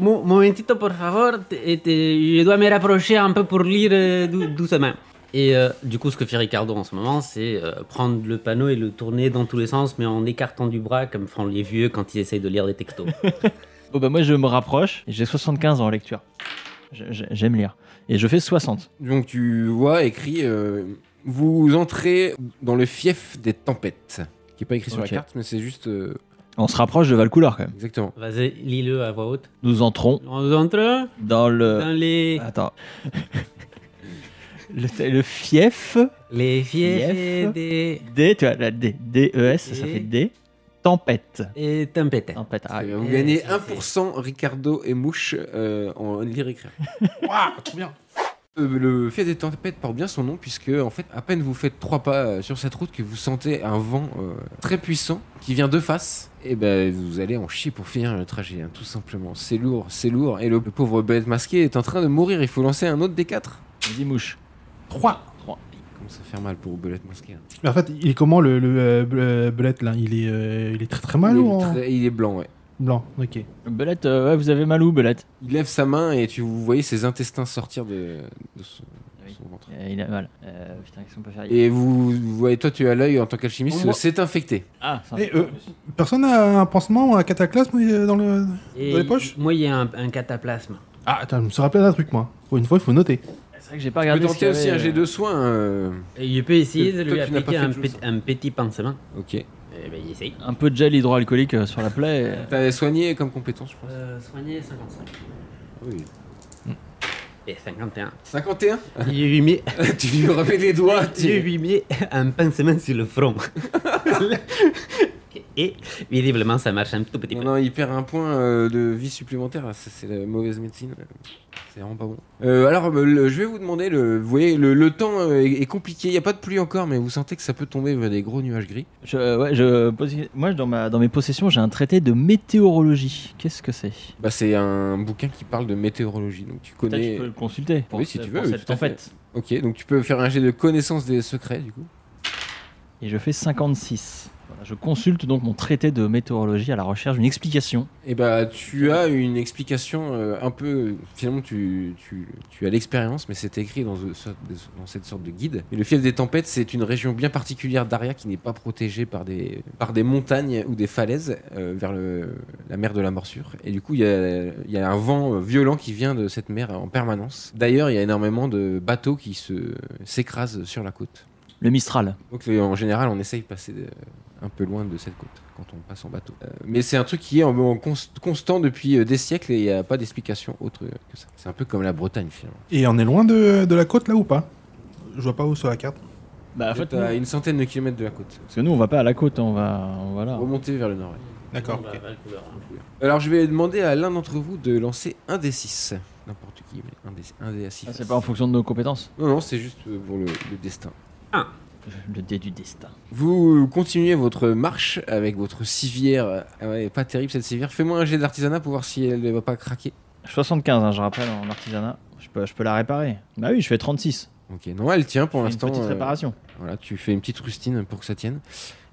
Speaker 4: Mo- momentito, por favor. Te- te- je dois me rapprocher un peu pour lire euh, dou- doucement. Et euh, du coup, ce que fait Ricardo en ce moment, c'est euh, prendre le panneau et le tourner dans tous les sens, mais en écartant du bras, comme font les vieux quand ils essayent de lire des textos.
Speaker 3: Bon, bah, moi, je me rapproche. et J'ai 75 en lecture. Je- je- J'aime lire. et je fais 60.
Speaker 1: Donc tu vois écrit euh, Vous entrez dans le fief des tempêtes. Qui n'est pas écrit sur la
Speaker 3: Ok.
Speaker 1: carte, mais c'est juste. euh,
Speaker 3: On se rapproche de Valcouleur quand même.
Speaker 1: exactement.
Speaker 4: (laughs) Vas-y, lis-le à voix haute.
Speaker 3: Nous entrons
Speaker 4: On entre
Speaker 3: dans le.
Speaker 1: Euh,
Speaker 4: dans les,
Speaker 3: Attends. le, le fief
Speaker 4: les fiefs
Speaker 3: fiefs.
Speaker 4: des
Speaker 3: des. Tu vois, la D. D-E-S, ça
Speaker 4: Et-
Speaker 3: fait D. Tempête.
Speaker 4: et tempêtes.
Speaker 3: Tempête. ah,
Speaker 1: Eh bien, vous
Speaker 4: ouais,
Speaker 1: gagnez
Speaker 4: ça,
Speaker 1: 1% Ricardo et Mouche euh, en lire écrire.
Speaker 5: (laughs) Waouh, trop bien.
Speaker 1: Euh, Le fief des tempêtes porte bien son nom puisque en fait à peine vous faites trois pas euh, sur cette route que vous sentez un vent euh, très puissant qui vient de face et ben vous allez en chier pour finir le trajet hein, tout simplement c'est lourd c'est lourd et le, le pauvre bête masqué est en train de mourir il faut lancer un autre des quatre
Speaker 3: Vas-y, mouche.
Speaker 5: 3.
Speaker 1: comment ça fait mal pour belette masqué hein.
Speaker 5: Mais en fait, il est comment le, le euh, Bl- euh, Belette là il est, euh, il est très très mal
Speaker 1: il,
Speaker 5: ou
Speaker 1: est
Speaker 5: en
Speaker 1: très- il est blanc ouais
Speaker 5: blanc Ok.
Speaker 3: Belette, euh, ouais, vous avez mal où, Belette
Speaker 1: il lève sa main et tu vous voyez ses intestins sortir de, de son, de son ventre
Speaker 3: Euh, Il a mal. Euh, putain, qu'est-ce qu'on peut faire
Speaker 1: et vous, vous voyez toi tu as l'œil en tant qu'alchimiste
Speaker 5: Moi-
Speaker 1: c'est infecté
Speaker 3: Ah, ça.
Speaker 5: Et, euh, Personne n'a un pansement ou un cataclasme euh, dans le.
Speaker 4: Et
Speaker 5: Dans les poches
Speaker 4: Moi, il y a un, un cataplasme.
Speaker 5: Ah, attends, je me suis rappelé d'un truc moi. Pour une fois, il faut noter.
Speaker 3: C'est vrai que j'ai pas
Speaker 1: tu peux
Speaker 3: regardé. ce
Speaker 1: tenter
Speaker 3: qu'il y
Speaker 1: aussi hein, un
Speaker 3: avait,
Speaker 1: jet
Speaker 3: euh,
Speaker 1: de soins euh,
Speaker 4: Et je peux essayer de
Speaker 1: Toi,
Speaker 4: lui
Speaker 1: tu n'as pas
Speaker 4: appliquer
Speaker 1: fait
Speaker 4: un,
Speaker 1: de
Speaker 4: petit-
Speaker 1: jeu,
Speaker 4: un petit pansement.
Speaker 1: ok
Speaker 4: Eh ben, il essaye.
Speaker 3: Un peu de gel hydroalcoolique euh, sur la plaie. euh.
Speaker 1: T'as soigné comme compétence, je crois.
Speaker 4: Euh, soigner 55.
Speaker 1: Oui.
Speaker 4: Eh, Et 51.
Speaker 1: 51
Speaker 4: Je lui mets,
Speaker 1: (laughs) Tu lui remets les doigts.
Speaker 4: je
Speaker 1: Tu...
Speaker 4: lui mets un pansement sur
Speaker 1: (laughs)
Speaker 4: le front. Et visiblement, ça marche un tout petit
Speaker 1: Non,
Speaker 4: peu.
Speaker 1: non, il perd un point euh, de vie supplémentaire. là. Ça, C'est la mauvaise médecine. C'est vraiment pas bon. Euh, alors, euh, le- je vais vous demander, le, vous voyez, le, le temps euh, est, est compliqué. Il n'y a pas de pluie encore, mais vous sentez que ça peut tomber euh, des gros nuages gris.
Speaker 3: Je, euh, ouais, je, posi- moi, dans, ma, dans mes possessions, j'ai un traité de météorologie. Qu'est-ce que c'est
Speaker 1: Bah, c'est un bouquin qui parle de météorologie. Donc, tu
Speaker 3: Peut-être
Speaker 1: connais.
Speaker 3: je peux le consulter. Pour,
Speaker 1: Oui, si tu
Speaker 3: pour
Speaker 1: veux, oui,
Speaker 3: cette
Speaker 1: tout à fait.
Speaker 3: tempête.
Speaker 1: Ok, donc tu peux faire un jet de connaissance des secrets, du coup.
Speaker 3: Et je fais 56. Voilà, je consulte donc mon traité de météorologie à la recherche d'une explication.
Speaker 1: Et bah, tu as une explication euh, un peu. Finalement, tu, tu, tu as l'expérience, mais c'est écrit dans, ce- dans cette sorte de guide. Mais le fief des tempêtes, c'est une région bien particulière d'Aria qui n'est pas protégée par des, par des montagnes ou des falaises euh, vers le, la mer de la morsure. Et du coup, il y a, il y a un vent euh, violent qui vient de cette mer en permanence. D'ailleurs, il y a énormément de bateaux qui se- s'écrasent sur la côte.
Speaker 3: Le Mistral.
Speaker 1: Donc les- en général, on essaye de passer euh, un peu loin de cette côte quand on passe en bateau. Euh, mais c'est un truc qui est en, en cons- constant depuis euh, des siècles et il n'y a pas d'explication autre que ça. C'est un peu comme la Bretagne finalement.
Speaker 5: Et on est loin de, de la côte là ou pas Je vois pas où sur la carte.
Speaker 3: Bah, en
Speaker 1: Vous
Speaker 3: fait,
Speaker 1: êtes à une centaine de kilomètres de la côte.
Speaker 3: parce que nous, on va pas à la côte, on va, on va là.
Speaker 1: Remonter vers le nord. ouais.
Speaker 5: D'accord.
Speaker 4: Bah,
Speaker 5: ok.
Speaker 4: bah, le couleur, hein.
Speaker 1: Alors je vais demander à l'un d'entre vous de lancer un des 6. N'importe qui, mais un des, un des à six
Speaker 3: Ah, c'est
Speaker 1: faces.
Speaker 3: pas en fonction de nos compétences.
Speaker 1: Non, non, c'est juste euh, pour le- le destin.
Speaker 3: Le dé du destin.
Speaker 1: Vous continuez votre marche avec votre civière. Ah ouais, pas terrible cette civière. Fais-moi un jet d'artisanat pour voir si elle ne va pas craquer.
Speaker 3: 75, hein, je rappelle, en artisanat. Je peux, je peux la réparer. Bah oui, je fais 36.
Speaker 1: Ok, non, elle tient pour
Speaker 3: Je fais
Speaker 1: l'instant.
Speaker 3: Une petite
Speaker 1: euh,
Speaker 3: réparation.
Speaker 1: Voilà, tu fais une petite rustine pour que ça tienne.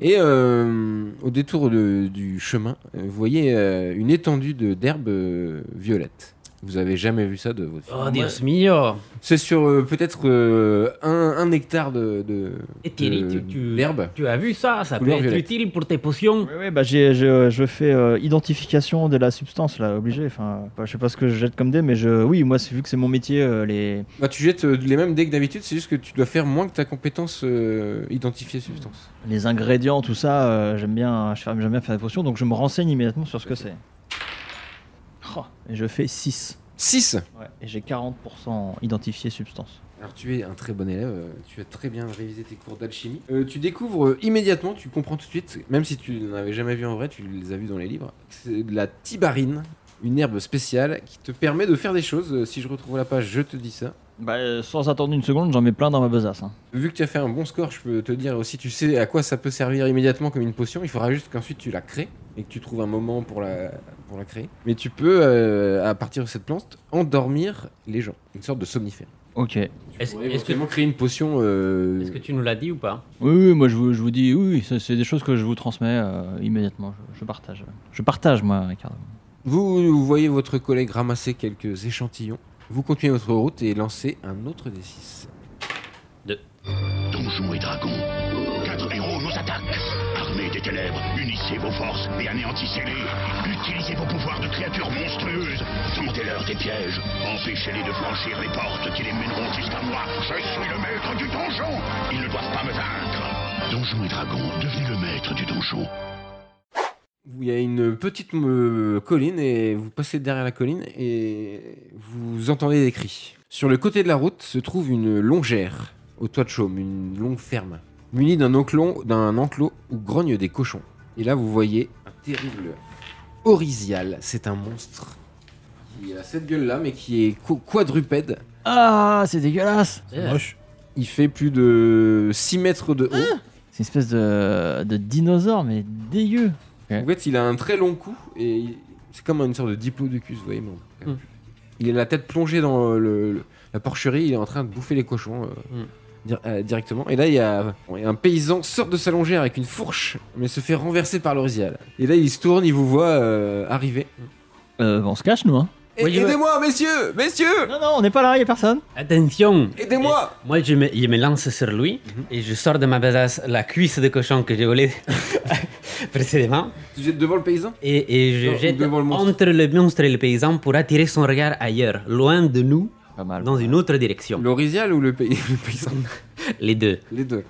Speaker 1: Et euh, au détour de- du chemin, euh, vous voyez euh, une étendue de- d'herbe euh, violette. Vous avez jamais vu ça de votre vie.
Speaker 4: Oh, Dios mio!
Speaker 1: C'est sur euh, peut-être euh, un, un hectare de, de,
Speaker 4: Et Thierry,
Speaker 1: de-
Speaker 4: tu, tu-
Speaker 1: d'herbe.
Speaker 4: tu as vu ça? Ça
Speaker 1: Euh,
Speaker 4: peut
Speaker 1: Couleur
Speaker 4: être
Speaker 1: violette.
Speaker 4: utile pour tes potions.
Speaker 3: Oui, oui, bah j'ai- je, je fais euh, identification de la substance, là, obligé. Enfin, bah, je sais pas ce que je jette comme dé, mais je, oui, moi, c'est- vu que c'est mon métier, euh, les.
Speaker 1: Bah, tu jettes euh, les mêmes dés que d'habitude, c'est juste que tu dois faire moins que ta compétence euh, identifiée substance.
Speaker 3: les ingrédients, tout ça, euh, j'aime bien, je fais- j'aime bien faire des potions, donc je me renseigne immédiatement sur ce que c'est. Oh, et je fais 6.
Speaker 1: 6
Speaker 3: Et j'ai 40% identifié substance.
Speaker 1: Alors tu es un très bon élève, euh, tu as très bien révisé tes cours d'alchimie. Euh, tu découvres euh, immédiatement, tu comprends tout de suite, même si tu n'en avais jamais vu en vrai, tu les as vus dans les livres, que c'est de la tibarine, une herbe spéciale qui te permet de faire des choses. Euh, si je retrouve la page, je te dis ça.
Speaker 3: Bah, euh, sans attendre une seconde, j'en mets plein dans ma besace. hein.
Speaker 1: Vu que tu as fait un bon score, je peux te dire aussi, tu sais à quoi ça peut servir immédiatement comme une potion. Il faudra juste qu'ensuite tu la crées et que tu trouves un moment pour la, pour la créer. Mais tu peux, euh, à partir de cette plante, endormir les gens. Une sorte de somnifère.
Speaker 3: Ok. Oui,
Speaker 4: Est-ce
Speaker 1: Est-ce
Speaker 4: est-ce que,
Speaker 1: éventuellement créer une potion euh,
Speaker 4: est-ce que tu nous l'as dit ou pas?
Speaker 3: oui, moi je vous, je vous dis, oui, oui, ça, c'est des choses que je vous transmets euh, immédiatement. Je, je partage. Je partage, moi, Ricardo.
Speaker 1: Vous, vous voyez votre collègue ramasser quelques échantillons. Vous continuez votre route et lancez un autre des 6.
Speaker 6: Donjons et dragons. Quatre héros nous attaquent, armés des
Speaker 7: célèbres. Unissez vos forces et anéantissez-les. Utilisez vos pouvoirs de créatures monstrueuses. Tendez-leur des pièges. Empêchez-les de franchir les portes qui les mèneront jusqu'à moi. Je suis le maître du donjon. Ils ne doivent pas me vaincre. Donjons et Dragons, devenez le maître du donjon.
Speaker 1: Il y a une petite euh, colline et vous passez derrière la colline et vous entendez des cris. Sur le côté de la route se trouve une longère au toit de chaume, une longue ferme, munie d'un enclos, d'un enclos où grognent des cochons. Et là, vous voyez un terrible orisial. C'est un monstre. Il a cette gueule-là, mais qui est co- quadrupède.
Speaker 3: Ah, c'est dégueulasse
Speaker 4: Eh,
Speaker 5: Moche.
Speaker 1: Il fait plus de 6 mètres de haut.
Speaker 3: C'est une espèce de, de dinosaure, mais dégueu.
Speaker 1: En fait, il a un très long cou et il- c'est comme une sorte de diplodocus, vous voyez. mais on-
Speaker 4: Mm.
Speaker 1: Il a la tête plongée dans le, le- la porcherie, il est en train de bouffer les cochons euh,
Speaker 4: Mm.
Speaker 1: dir- euh, directement. Et là, il y a bon, il y a un paysan sort de sa longère avec une fourche, mais se fait renverser par l'orizial. Et là, il se tourne, il vous voit euh, arriver.
Speaker 3: Euh, on se cache, nous, hein
Speaker 1: Et-
Speaker 4: Oui, je-
Speaker 1: aidez-moi, messieurs, messieurs,
Speaker 3: Non, non, on n'est pas là, il a personne.
Speaker 4: Attention
Speaker 1: aidez-moi.
Speaker 4: Moi, je me, je me lance sur lui et je sors de ma besace la cuisse de cochon que j'ai (laughs) volée précédemment
Speaker 1: Vous êtes devant le paysan.
Speaker 4: et, et je
Speaker 1: Non,
Speaker 4: jette
Speaker 1: devant le monstre.
Speaker 4: entre le monstre et le paysan pour attirer son regard ailleurs, loin de nous,
Speaker 3: Pas mal.
Speaker 4: dans une autre direction.
Speaker 1: L'orizial ou le, pay- (laughs) le paysan
Speaker 4: Les deux.
Speaker 1: Les deux.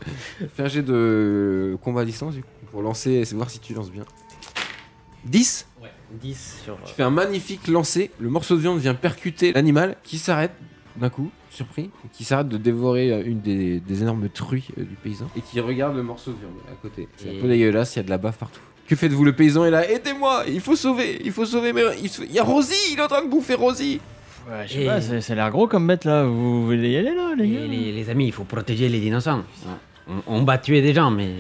Speaker 1: Fais un jet de combat à distance du coup, pour lancer, c'est voir si tu lances bien. 10
Speaker 4: Ouais, 10 sur. euh,
Speaker 1: Tu fais un magnifique lancer, le morceau de viande vient percuter l'animal qui s'arrête d'un coup, surpris, et qui s'arrête de dévorer euh, une des, des énormes truies euh, du paysan et qui regarde le morceau de viande à côté. C'est un
Speaker 4: Et-
Speaker 1: peu dégueulasse, il y a de la bave partout. Que faites-vous Le paysan est là, aidez-moi, il faut sauver, il faut sauver, mais il, se- il y a Rosie, il est en train de bouffer Rosie
Speaker 3: Ouais, je
Speaker 4: Et-
Speaker 3: sais pas, c'est- ça a l'air gros comme bête, là. Vous voulez y aller, là, les gars
Speaker 4: Et les, les amis, il faut protéger les dinosaures. On, on va tuer des gens, mais.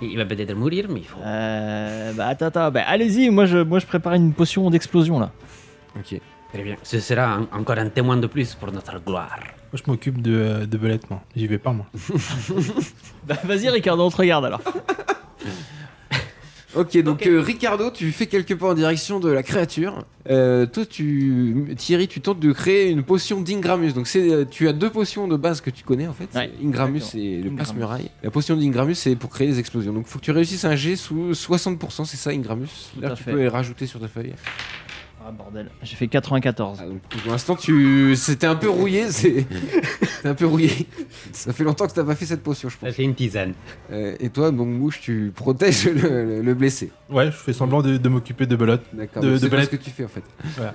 Speaker 4: Il va peut-être mourir, mais il faut.
Speaker 3: Euh, bah attends, attends, bah allez-y, moi je, moi je prépare une potion d'explosion là.
Speaker 1: Ok.
Speaker 4: Très bien. Ce sera en- encore un témoin de plus pour notre gloire.
Speaker 5: Moi, je m'occupe de, euh, de belette, moi. J'y vais pas, moi.
Speaker 3: Bah vas-y Ricardo, on te regarde alors.
Speaker 1: Ok, donc euh, Ricardo, tu fais quelques pas en direction de la créature. Euh, toi, tu, Thierry, tu tentes de créer une potion d'Ingramus. Donc, c'est, euh, tu as deux potions de base que tu connais en fait.
Speaker 3: Ouais,
Speaker 1: C'est Ingramus
Speaker 3: exactement.
Speaker 1: et le
Speaker 3: Ingramus.
Speaker 1: passe-muraille. La potion d'Ingramus, c'est pour créer des explosions. Donc, faut que tu réussisses un G sous 60%, c'est ça, Ingramus.
Speaker 3: Tout
Speaker 1: Là,
Speaker 3: à
Speaker 1: tu
Speaker 3: fait.
Speaker 1: peux les rajouter sur ta feuille.
Speaker 3: Ah bordel, j'ai fait 94.
Speaker 1: Ah, donc, pour l'instant, tu, c'était un peu rouillé. C'est, (laughs) c'est un peu rouillé. Ça fait longtemps que t'as pas fait cette potion, je pense.
Speaker 4: C'est une tisane.
Speaker 1: Euh, et toi, donc mouche, tu protèges le- le- le blessé.
Speaker 5: Ouais, je fais semblant de, de m'occuper de belote.
Speaker 1: D'accord.
Speaker 5: De-
Speaker 1: donc
Speaker 5: de
Speaker 1: C'est pas ce
Speaker 5: balade.
Speaker 1: que tu fais en fait.
Speaker 5: Voilà.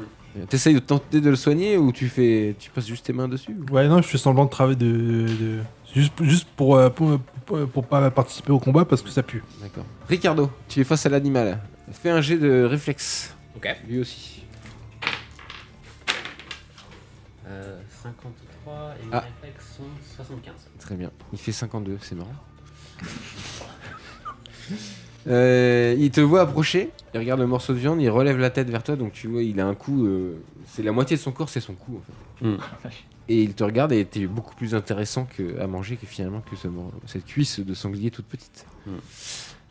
Speaker 1: T'essayes de tenter de le soigner ou tu fais, tu passes juste tes mains dessus ou-
Speaker 5: Ouais, non, je fais semblant de travailler de. de- Juste, juste pour, euh, pour, pour- pour pas participer au combat parce que ça pue.
Speaker 1: D'accord. Ricardo, tu es face à l'animal. Fais un jet de réflexe.
Speaker 4: Ok.
Speaker 1: Lui aussi.
Speaker 4: Euh, 53 et mes
Speaker 1: Ah.
Speaker 4: réflexes sont 75.
Speaker 1: Très bien. Il fait 52, c'est marrant. (laughs) Euh, il te voit approcher, il regarde le morceau de viande, il relève la tête vers toi, donc tu vois, il a un coup. euh, c'est la moitié de son corps, c'est son cou en fait.
Speaker 4: Hmm.
Speaker 1: Et il te regarde et t'es beaucoup plus intéressant que, à manger que finalement que ce mor- cette cuisse de sanglier toute petite.
Speaker 4: Hmm.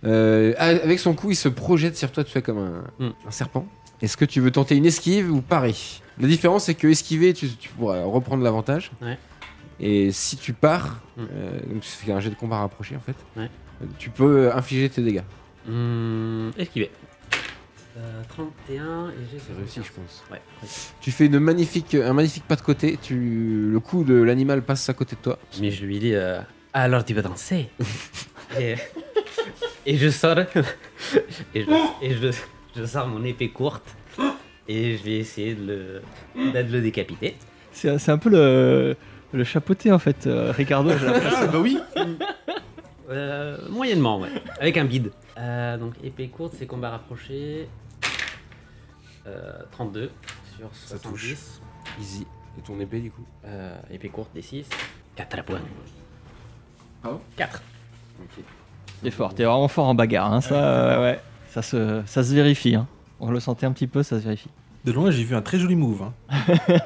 Speaker 1: Euh, a- avec son cou, il se projette sur toi, tu fais comme un,
Speaker 4: Hmm.
Speaker 1: un serpent. Est-ce que tu veux tenter une esquive ou parer La différence, c'est que esquiver, tu, tu pourras reprendre l'avantage.
Speaker 4: Ouais.
Speaker 1: Et si tu pars,
Speaker 4: Hmm.
Speaker 1: euh, donc c'est un jet de combat rapproché en fait,
Speaker 4: Ouais.
Speaker 1: euh, tu peux euh, infliger tes dégâts.
Speaker 4: Hum, esquivé. Euh, 31 et j'ai
Speaker 1: C'est réussi, je pense.
Speaker 4: Ouais.
Speaker 1: Tu fais une magnifique, un magnifique pas de côté, tu, le coup de l'animal passe à côté de toi.
Speaker 4: Mais je lui dis euh, alors tu vas (laughs) danser. et, et je sors et, je, et je- je sors mon épée courte et je vais essayer de le, de le décapiter.
Speaker 3: C'est c'est un peu le, le chapeauté en fait, euh, Ricardo. j'ai (laughs) l'impression.
Speaker 5: Ah, bah oui
Speaker 4: Euh, moyennement, ouais. Avec un bide. Euh, donc épée courte, c'est combat rapproché. Euh, 32 sur
Speaker 1: Ça
Speaker 4: 70.
Speaker 1: touche. Easy. Et ton épée du coup
Speaker 4: Euh, épée courte, des 6. 4 points.
Speaker 1: Pardon
Speaker 4: 4.
Speaker 3: T'es fort, t'es vraiment fort en bagarre, hein, ça, euh, ouais. Ça se, ça se vérifie, hein. On le sentait un petit peu, ça se (laughs) vérifie.
Speaker 5: De loin, j'ai vu un très joli move. hein.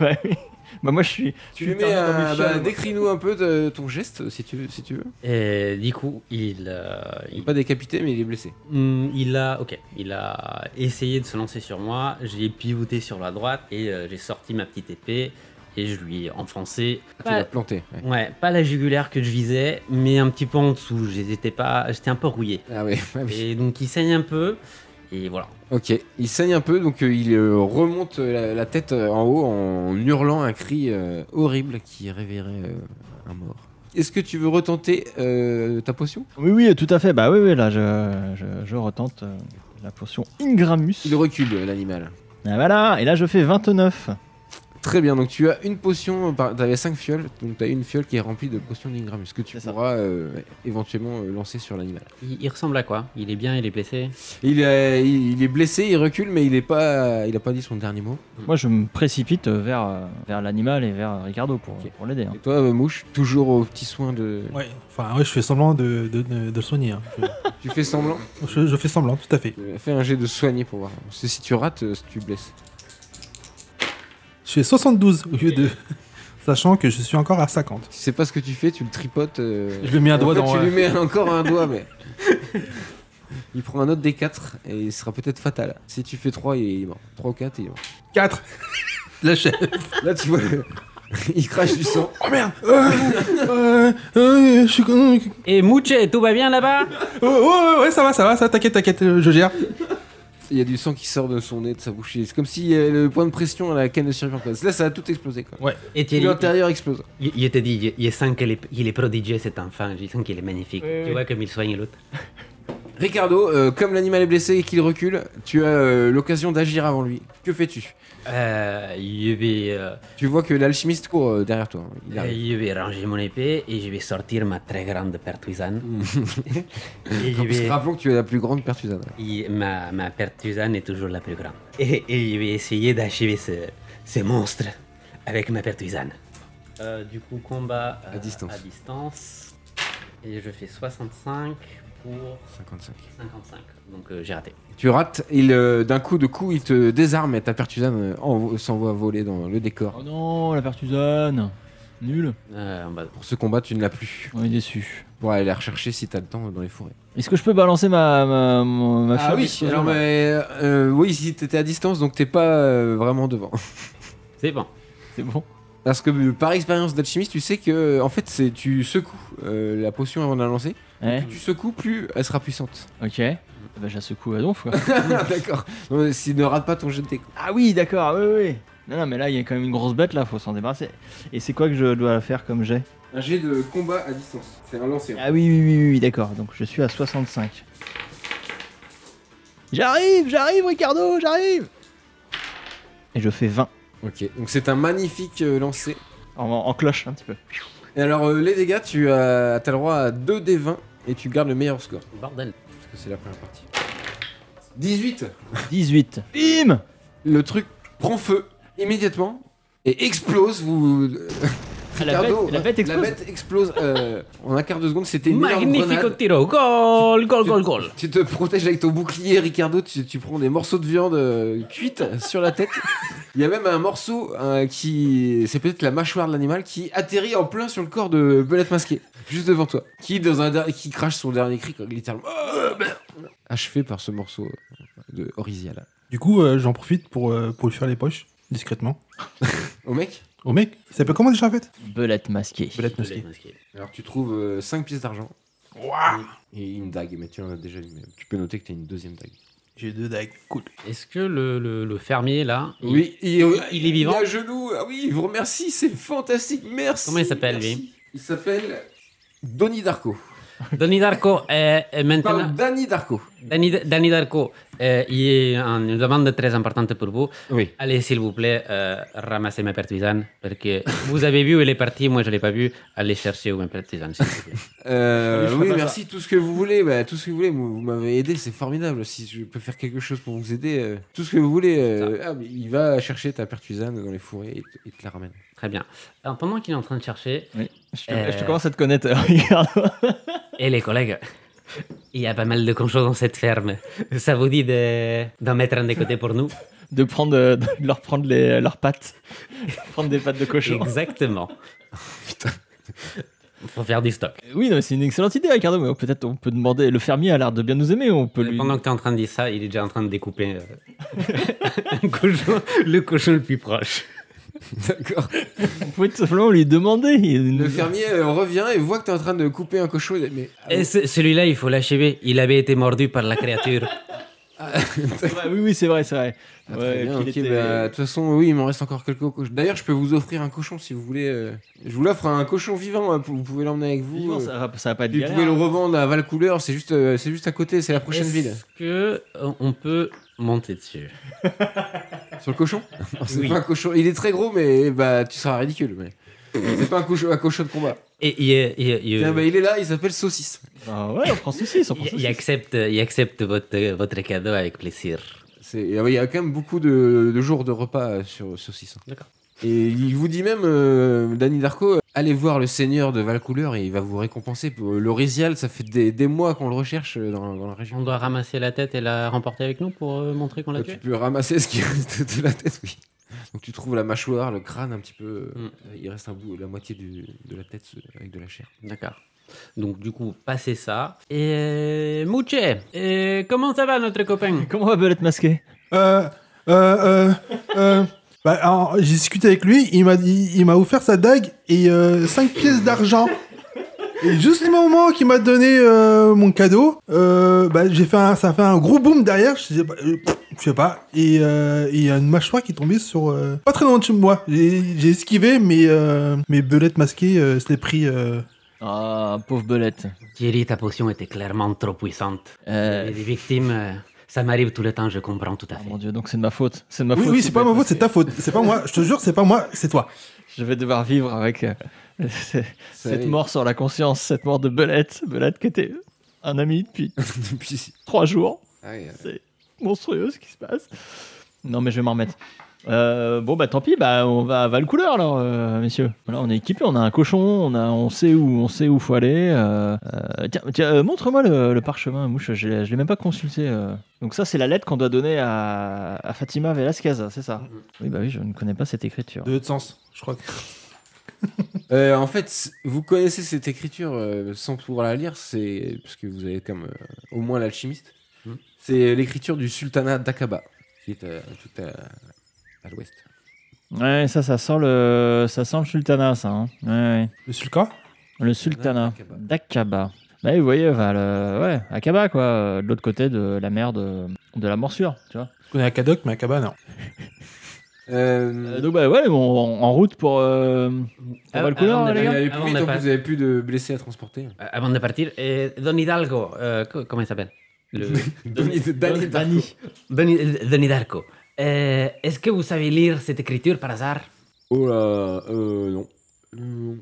Speaker 3: bah oui. Bah moi je suis.
Speaker 1: Tu
Speaker 3: Je
Speaker 1: lui
Speaker 3: suis
Speaker 1: mets
Speaker 3: perdu
Speaker 1: un.
Speaker 3: dans mes
Speaker 1: bah,
Speaker 3: fioles, moi.
Speaker 1: Décris-nous un peu de- ton geste si tu, veux- si tu veux.
Speaker 4: Et du coup, il, euh,
Speaker 1: Il
Speaker 4: il,
Speaker 1: est pas décapité, mais il est blessé.
Speaker 4: Hmm, il a, ok, il a essayé de se lancer sur moi. J'ai pivoté sur la droite et euh, j'ai sorti ma petite épée et je lui ai enfoncé.
Speaker 1: Ah, Tu
Speaker 4: pas-
Speaker 1: l'as planté. ouais.
Speaker 4: ouais, pas la jugulaire que je visais, mais un petit peu en dessous. J'étais pas, j'étais un peu rouillé.
Speaker 1: Ah oui, (laughs) ah oui.
Speaker 4: Et donc il saigne un peu. Et voilà.
Speaker 1: Ok, il saigne un peu, donc euh, il euh, remonte euh, la, la tête euh, en haut en hurlant un cri euh, horrible qui réveillerait euh, un mort. Est-ce que tu veux retenter euh, ta potion
Speaker 3: Oui, oui, tout à fait. Bah oui, oui, là, je, je, je retente euh, la potion Ingramus.
Speaker 1: Il recule euh, l'animal.
Speaker 3: Ah, voilà, et là, je fais 29.
Speaker 1: Très bien, donc tu as une potion, euh, par- t'avais 5 fioles, donc t'as une fiole qui est remplie de potions d'Ingramus que tu
Speaker 3: C'est ça.
Speaker 1: pourras euh, ouais, éventuellement euh, lancer sur l'animal.
Speaker 4: Il, il ressemble à quoi Il est bien, il est blessé.
Speaker 1: Il, est- il il est blessé, il recule, mais il est pas, il a pas dit son dernier mot.
Speaker 3: Moi, je me précipite euh, vers, euh, vers l'animal et vers euh, Ricardo pour,
Speaker 1: Ok.
Speaker 3: pour l'aider. hein.
Speaker 1: Et toi, euh, mouche, toujours aux petits soins de.
Speaker 5: Ouais, enfin, ouais, je fais semblant de, de, de- de le soigner. hein.
Speaker 1: Tu fais semblant.
Speaker 5: Je, je- je fais semblant, tout à fait.
Speaker 1: Euh, Fais un jet de soigner pour voir. Parce que si tu rates, euh, tu blesses.
Speaker 5: Je fais 72 au lieu de. (laughs) Sachant que je suis encore à 50.
Speaker 1: Tu sais pas ce que tu fais, tu le tripotes. euh,
Speaker 5: Je lui mets un
Speaker 1: en
Speaker 5: doigt
Speaker 1: fait,
Speaker 5: dans,
Speaker 1: Tu lui
Speaker 5: euh,
Speaker 1: mets encore un doigt,
Speaker 5: (laughs)
Speaker 1: mais. Il prend un autre des 4 et il sera peut-être fatal. Si tu fais 3, il est mort. 3 ou 4, il est mort.
Speaker 5: 4 La (laughs) chef.
Speaker 1: Là, tu vois, le- (laughs) il crache du sang.
Speaker 5: Oh merde Euh, euh, euh, Je suis. con-
Speaker 4: Et Mouche, tout va bien là-bas
Speaker 5: Oh, oh, ouais, ouais, ça va, ça va, ça va, t'inquiète, t'inquiète, euh, je gère.
Speaker 1: Il y a du sang qui sort de son nez, de sa bouche. C'est comme si euh, le point de pression à la canne de survivant. quoi. Là, ça a tout explosé. Quoi.
Speaker 4: Et
Speaker 1: Tout
Speaker 4: Thierry,
Speaker 1: L'intérieur explose.
Speaker 4: il, il était dit, il, il sent qu'il est, il est prodigieux cet enfant. Je sens qu'il est magnifique. tu vois comme il soigne l'autre.
Speaker 1: Ricardo, euh, comme l'animal est blessé et qu'il recule, tu as euh, l'occasion d'agir avant lui. Que fais-tu
Speaker 4: Euh, je vais, euh,
Speaker 1: Tu vois que l'alchimiste court euh, derrière toi. Il arrive.
Speaker 4: je vais ranger mon épée et je vais sortir ma très grande pertusane. (laughs) et je vais-
Speaker 1: Rappelons que tu es la plus grande pertusane.
Speaker 4: il- ma, ma pertusane est toujours la plus grande. Et, et je vais essayer d'achever ce, ce monstre avec ma pertusane. Euh, du coup, combat euh,
Speaker 1: À distance.
Speaker 4: à distance. Et je fais 65 pour
Speaker 1: 55.
Speaker 4: 55. Donc euh, j'ai raté.
Speaker 1: Tu rates, il euh, d'un coup de coup, il te désarme et ta pertusane euh, envo- s'envoie voler dans le décor.
Speaker 3: Oh non, la pertusane Nul.
Speaker 4: Euh, on va-
Speaker 1: Pour ce combat, tu ne l'as plus.
Speaker 3: On est déçus.
Speaker 1: Pour aller la rechercher si t'as le temps euh, dans les forêts.
Speaker 3: Est-ce que je peux balancer ma, ma, ma, ma
Speaker 1: Ah
Speaker 3: fiole
Speaker 1: oui,
Speaker 3: d'explosion,
Speaker 1: alors
Speaker 3: là
Speaker 1: mais euh, oui, si t'étais à distance, donc t'es pas euh, vraiment devant. (laughs)
Speaker 4: C'est bon.
Speaker 3: C'est bon.
Speaker 1: Parce que euh, par expérience d'alchimiste, tu sais que euh, en fait, c'est tu secoues euh, la potion avant de la lancer.
Speaker 3: Eh,
Speaker 1: Plus tu secoues, plus elle sera (laughs) puissante.
Speaker 3: ok. Bah, je la secoue à donf, quoi.
Speaker 1: D'accord. Non, mais si ne rate pas ton jet de dé.
Speaker 3: (laughs) ah oui, d'accord, oui, oui. Non, non, mais là, il y a quand même une grosse bête, là, faut s'en débarrasser. Et c'est quoi que je dois faire comme jet
Speaker 1: Un jet de combat à distance. C'est un lancer. hein.
Speaker 3: Ah oui, oui, oui, oui, oui, d'accord. Donc, je suis à 65. J'arrive, j'arrive, Ricardo, j'arrive Et je fais 20.
Speaker 1: Ok. Donc c'est un magnifique euh, lancer.
Speaker 3: En, en cloche, un petit peu.
Speaker 1: Et alors, euh, les dégâts, tu as, t'as le droit à 2 des 20 et tu gardes le meilleur score.
Speaker 4: Bordel.
Speaker 1: Parce que c'est la première partie. 18
Speaker 3: 18. Bim
Speaker 1: Le truc prend feu immédiatement et explose. Vous. euh,
Speaker 3: la, bête,
Speaker 1: Ricardo,
Speaker 3: la bête explose.
Speaker 1: La bête explose euh, en un quart de seconde. C'était une énorme
Speaker 4: Magnifico
Speaker 1: grenade.
Speaker 4: tiro. Goal, goal, goal, goal.
Speaker 1: Tu te protèges avec ton bouclier, Ricardo. Tu, tu prends des morceaux de viande euh, cuite sur la tête. Il y a même un morceau euh, qui. C'est peut-être la mâchoire de l'animal qui atterrit en plein sur le corps de Belette Masqué, juste devant toi. Qui, dans un der- qui crache son dernier cri, quoi, littéralement. Ah, merde Achevé par ce morceau de Horizia, là.
Speaker 5: Du coup, euh, j'en profite pour, euh, pour lui faire les poches, discrètement.
Speaker 1: Au mec
Speaker 5: Au mec, il s'appelle comment déjà en fait
Speaker 3: Belette masquée.
Speaker 5: Belette Mosquée.
Speaker 1: Alors tu trouves 5 pièces d'argent. Et une dague, mais tu en as déjà une. mais Tu peux noter que tu as une deuxième dague.
Speaker 5: J'ai deux dagues, cool.
Speaker 4: Est-ce que le, le- le fermier là, il-
Speaker 1: Oui, il, Ah,
Speaker 4: il est vivant
Speaker 1: Il est à genoux. Ah oui, il vous remercie, c'est fantastique. Merci.
Speaker 4: Comment il s'appelle, lui
Speaker 1: merci. Il s'appelle Donnie Darko.
Speaker 4: Danny Darko est, est
Speaker 1: Pardon,
Speaker 4: maintenant.
Speaker 1: Danny Darko.
Speaker 4: Danny, Danny Darko, euh, il y a une demande très importante pour vous.
Speaker 1: Oui.
Speaker 4: Allez, s'il vous plaît, euh, ramassez ma pertusane. Parce que vous avez vu, elle est partie, moi je ne l'ai pas vue. Allez chercher où ma pertusane, s'il vous plaît.
Speaker 1: Euh,
Speaker 3: Je ferai
Speaker 1: oui,
Speaker 3: pas
Speaker 1: merci, tout ce que vous voulez, bah, tout ce que vous voulez, vous vous m'avez aidé, c'est formidable. Si je peux faire quelque chose pour vous aider, euh, tout ce que vous voulez, euh, ah, mais il va chercher ta pertusane dans les fourrés et te, et te la ramène.
Speaker 4: Très bien. Alors, pendant qu'il est en train de chercher,
Speaker 3: Je te,
Speaker 4: Euh.
Speaker 3: je te commence à te connaître, (laughs) Ricardo.
Speaker 4: et les collègues, il y a pas mal de conchos dans cette ferme. Ça vous dit de- d'en mettre un des côtés pour nous
Speaker 3: de prendre euh, de leur prendre les, leurs pattes (laughs) prendre des pattes de cochon
Speaker 1: (laughs)
Speaker 4: Exactement. Faut faire du stock.
Speaker 3: oui non, mais c'est une excellente idée Ricardo mais peut-être on peut demander le fermier a l'air de bien nous aimer on peut lui
Speaker 4: Pendant que tu es en train de dire ça, (laughs) il est déjà en train de découper euh, un cochon- le cochon le plus proche.
Speaker 1: D'accord.
Speaker 3: On pouvait tout (laughs) simplement lui demander. Il-
Speaker 1: Le fermier euh, revient et voit que t'es en train de couper un cochon. il dit, Mais ah
Speaker 4: Et ce- celui-là, il faut l'achever. Il avait été mordu par la créature.
Speaker 3: Ouais, oui, oui, c'est vrai, c'est vrai.
Speaker 1: Ah,
Speaker 3: Ouais,
Speaker 1: très
Speaker 3: et
Speaker 1: bien,
Speaker 3: puis il
Speaker 1: ok,
Speaker 3: était-
Speaker 1: bah, de toute façon, oui, il m'en reste encore quelques cochons. D'ailleurs, je peux vous offrir un cochon si vous voulez. euh, Je vous l'offre un cochon vivant, hein, vous pouvez l'emmener avec vous.
Speaker 3: Vivement,
Speaker 1: euh,
Speaker 3: ça, va, ça va pas être
Speaker 1: Puis vous pouvez le
Speaker 3: galère. hein.
Speaker 1: revendre à Valcouleur, c'est juste, euh, c'est juste à côté, c'est la (laughs) prochaine
Speaker 4: Est-ce
Speaker 1: ville.
Speaker 4: que euh, on peut monter dessus
Speaker 1: Sur le cochon (laughs) Non, C'est
Speaker 4: Oui.
Speaker 1: pas un cochon. Il est très gros, mais bah, tu seras ridicule. Mais... c'est pas un cochon, un cochon de combat.
Speaker 4: Et il, il- il-
Speaker 3: euh,
Speaker 1: Tiens, bah, il est là, il s'appelle Saucisse.
Speaker 3: Ah ouais, on prend ceci, (laughs) on prend
Speaker 4: il-
Speaker 3: ceci.
Speaker 4: il accepte, il accepte votre, votre cadeau avec plaisir.
Speaker 1: C'est- ah ouais, Il y a quand même beaucoup de, de jours de repas euh, sur Saucisse.
Speaker 4: D'accord.
Speaker 1: Et il vous dit même, euh, Danny Darko, euh, allez voir le seigneur de Valcouleur et il va vous récompenser. Pour... euh, Le Rizial, ça fait des, des mois qu'on le recherche euh, dans, dans la région.
Speaker 4: On doit ramasser la tête et la remporter avec nous pour euh, montrer qu'on l'a
Speaker 1: tu
Speaker 4: tué
Speaker 1: peux ramasser ce qui reste de la tête, oui. Donc tu trouves la mâchoire, le crâne un petit peu. euh,
Speaker 4: Mm.
Speaker 1: Il reste un bout, la moitié du- de la tête euh, avec de la chair.
Speaker 4: D'accord. Donc du coup, passez ça. Et Mouche, et comment ça va notre copain
Speaker 3: Comment va Belette masquée
Speaker 5: Euh, euh, euh, euh, bah, alors, j'ai discuté avec lui, il m'a dit, il m'a offert sa dague et 5 pièces d'argent. Et juste au moment qu'il m'a donné euh, mon cadeau, euh, bah, j'ai fait un- ça a fait un gros boom derrière. Je sais pas, euh, pff, je sais pas. Et euh, et il y a une mâchoire qui est tombée sur euh, pas très loin de chez moi. J'ai j'ai esquivé, mais euh, mes belettes masquées euh, se les pris. euh.
Speaker 3: Ah, pauvre Belette.
Speaker 4: Thierry, ta potion était clairement trop puissante.
Speaker 3: Euh,
Speaker 4: Et les victimes, euh, ça m'arrive tout le temps, je comprends tout à
Speaker 3: ah,
Speaker 4: fait.
Speaker 3: mon dieu, donc c'est de ma faute. C'est de ma
Speaker 5: Oui,
Speaker 3: faute.
Speaker 5: oui, c'est pas ma faute, c'est ta faute. C'est pas moi. Je te jure, c'est pas moi, c'est toi.
Speaker 3: Je vais devoir vivre avec euh, (laughs) ce-
Speaker 1: Ça
Speaker 3: cette
Speaker 1: y est. (laughs)
Speaker 3: mort sur la conscience, cette mort de Belette. Belette qui était un ami depuis
Speaker 1: Depuis-
Speaker 3: trois jours.
Speaker 1: Ah oui, euh,
Speaker 3: C'est (laughs) monstrueux ce qui se passe. Non, mais je vais m'en remettre. Euh, bon, bah tant pis, bah, on va à Valcouleur alors, euh, messieurs. Voilà, on est équipé, on a un cochon, on, a, on, sait, où, on sait où faut aller. euh, euh, tiens, tiens, euh, montre-moi le, le parchemin, Mouche, je l'ai je l'ai même pas consulté. euh. Donc, ça, c'est la lettre qu'on doit donner à, à Fatima Velasquez, c'est ça Oui, bah oui, je ne connais pas cette écriture.
Speaker 5: De l'autre sens, je crois. que-
Speaker 1: Euh, en fait, c- vous connaissez cette écriture euh, sans pouvoir la lire, c'est parce que vous avez comme euh, au moins l'alchimiste.
Speaker 4: Mm.
Speaker 1: C'est euh, l'écriture du sultanat d'Aqaba, qui est euh, tout à, à l'ouest.
Speaker 3: Ouais, ça, ça sent le, ça sent le sultanat, ça. hein. Ouais, ouais.
Speaker 5: Le sulca
Speaker 3: Le sultanat
Speaker 1: d'Aqaba.
Speaker 3: d'Aqaba. Bah oui, vous voyez, bah, le- ouais, Aqaba, quoi, euh, de l'autre côté de la mer de, de la morsure, tu vois.
Speaker 5: Je connais Akadok, mais Akaba, non.
Speaker 1: Euh,
Speaker 3: Euh, donc, bah ouais, bon, en- en route pour. euh,
Speaker 4: Ah,
Speaker 3: va le couloir,
Speaker 4: avant de-
Speaker 3: les
Speaker 1: allez,
Speaker 3: gars
Speaker 1: allez
Speaker 4: avant
Speaker 1: plus vite,
Speaker 4: de
Speaker 1: en
Speaker 4: pas-
Speaker 1: plus, vous avez plus de blessés à transporter.
Speaker 4: Euh, Avant de partir, euh, Don Hidalgo, euh, co- comment il s'appelle
Speaker 1: (laughs)
Speaker 4: Le- (laughs)
Speaker 1: Denis- Danny-
Speaker 4: Don, Don Hidalgo. Euh, Est-ce que vous savez lire cette écriture par hasard
Speaker 1: Oh là, euh, non. Non.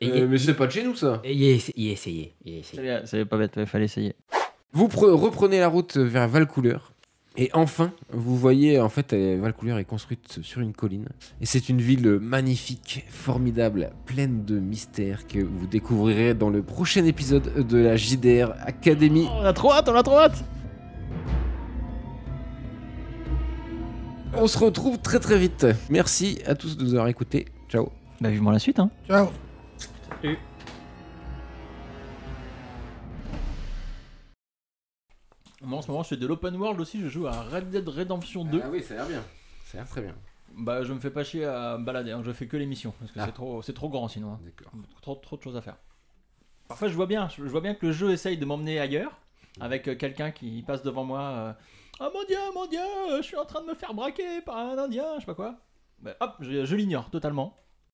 Speaker 4: Et
Speaker 1: Euh, mais c'est pas de chez nous ça.
Speaker 4: y- y essa- y essayer, y essayer.
Speaker 3: C'est pas bête, ouais, fallait essayer.
Speaker 1: Vous pre- reprenez la route vers Valcouleur. Et enfin, vous voyez, en fait, euh, Valcouleur est construite sur une colline. Et c'est une ville magnifique, formidable, pleine de mystères que vous découvrirez dans le prochain épisode de la JDR Academy.
Speaker 3: On a trop hâte, on a trop hâte
Speaker 1: On se retrouve très très vite. Merci à tous de nous avoir écoutés. Ciao.
Speaker 3: Bah, vivement la suite, hein.
Speaker 5: Ciao
Speaker 3: Moi, en ce moment, je fais de l'open world aussi, je joue à Red Dead Redemption
Speaker 1: Ah oui, ça a l'air bien. Ça a l'air très bien.
Speaker 3: Bah, je me fais pas chier à me balader, hein, je fais que les missions, parce que
Speaker 1: Ah.
Speaker 3: c'est trop, c'est trop grand sinon. hein.
Speaker 1: D'accord.
Speaker 3: trop, trop de choses à faire. Parfois, je vois bien, je je vois bien que le jeu essaye de m'emmener ailleurs, avec euh, quelqu'un qui passe devant moi. euh, oh mon dieu, mon dieu, euh, Ben, je suis en train de me faire braquer par un indien, je sais pas quoi. Bah, hop, je, je l'ignore totalement.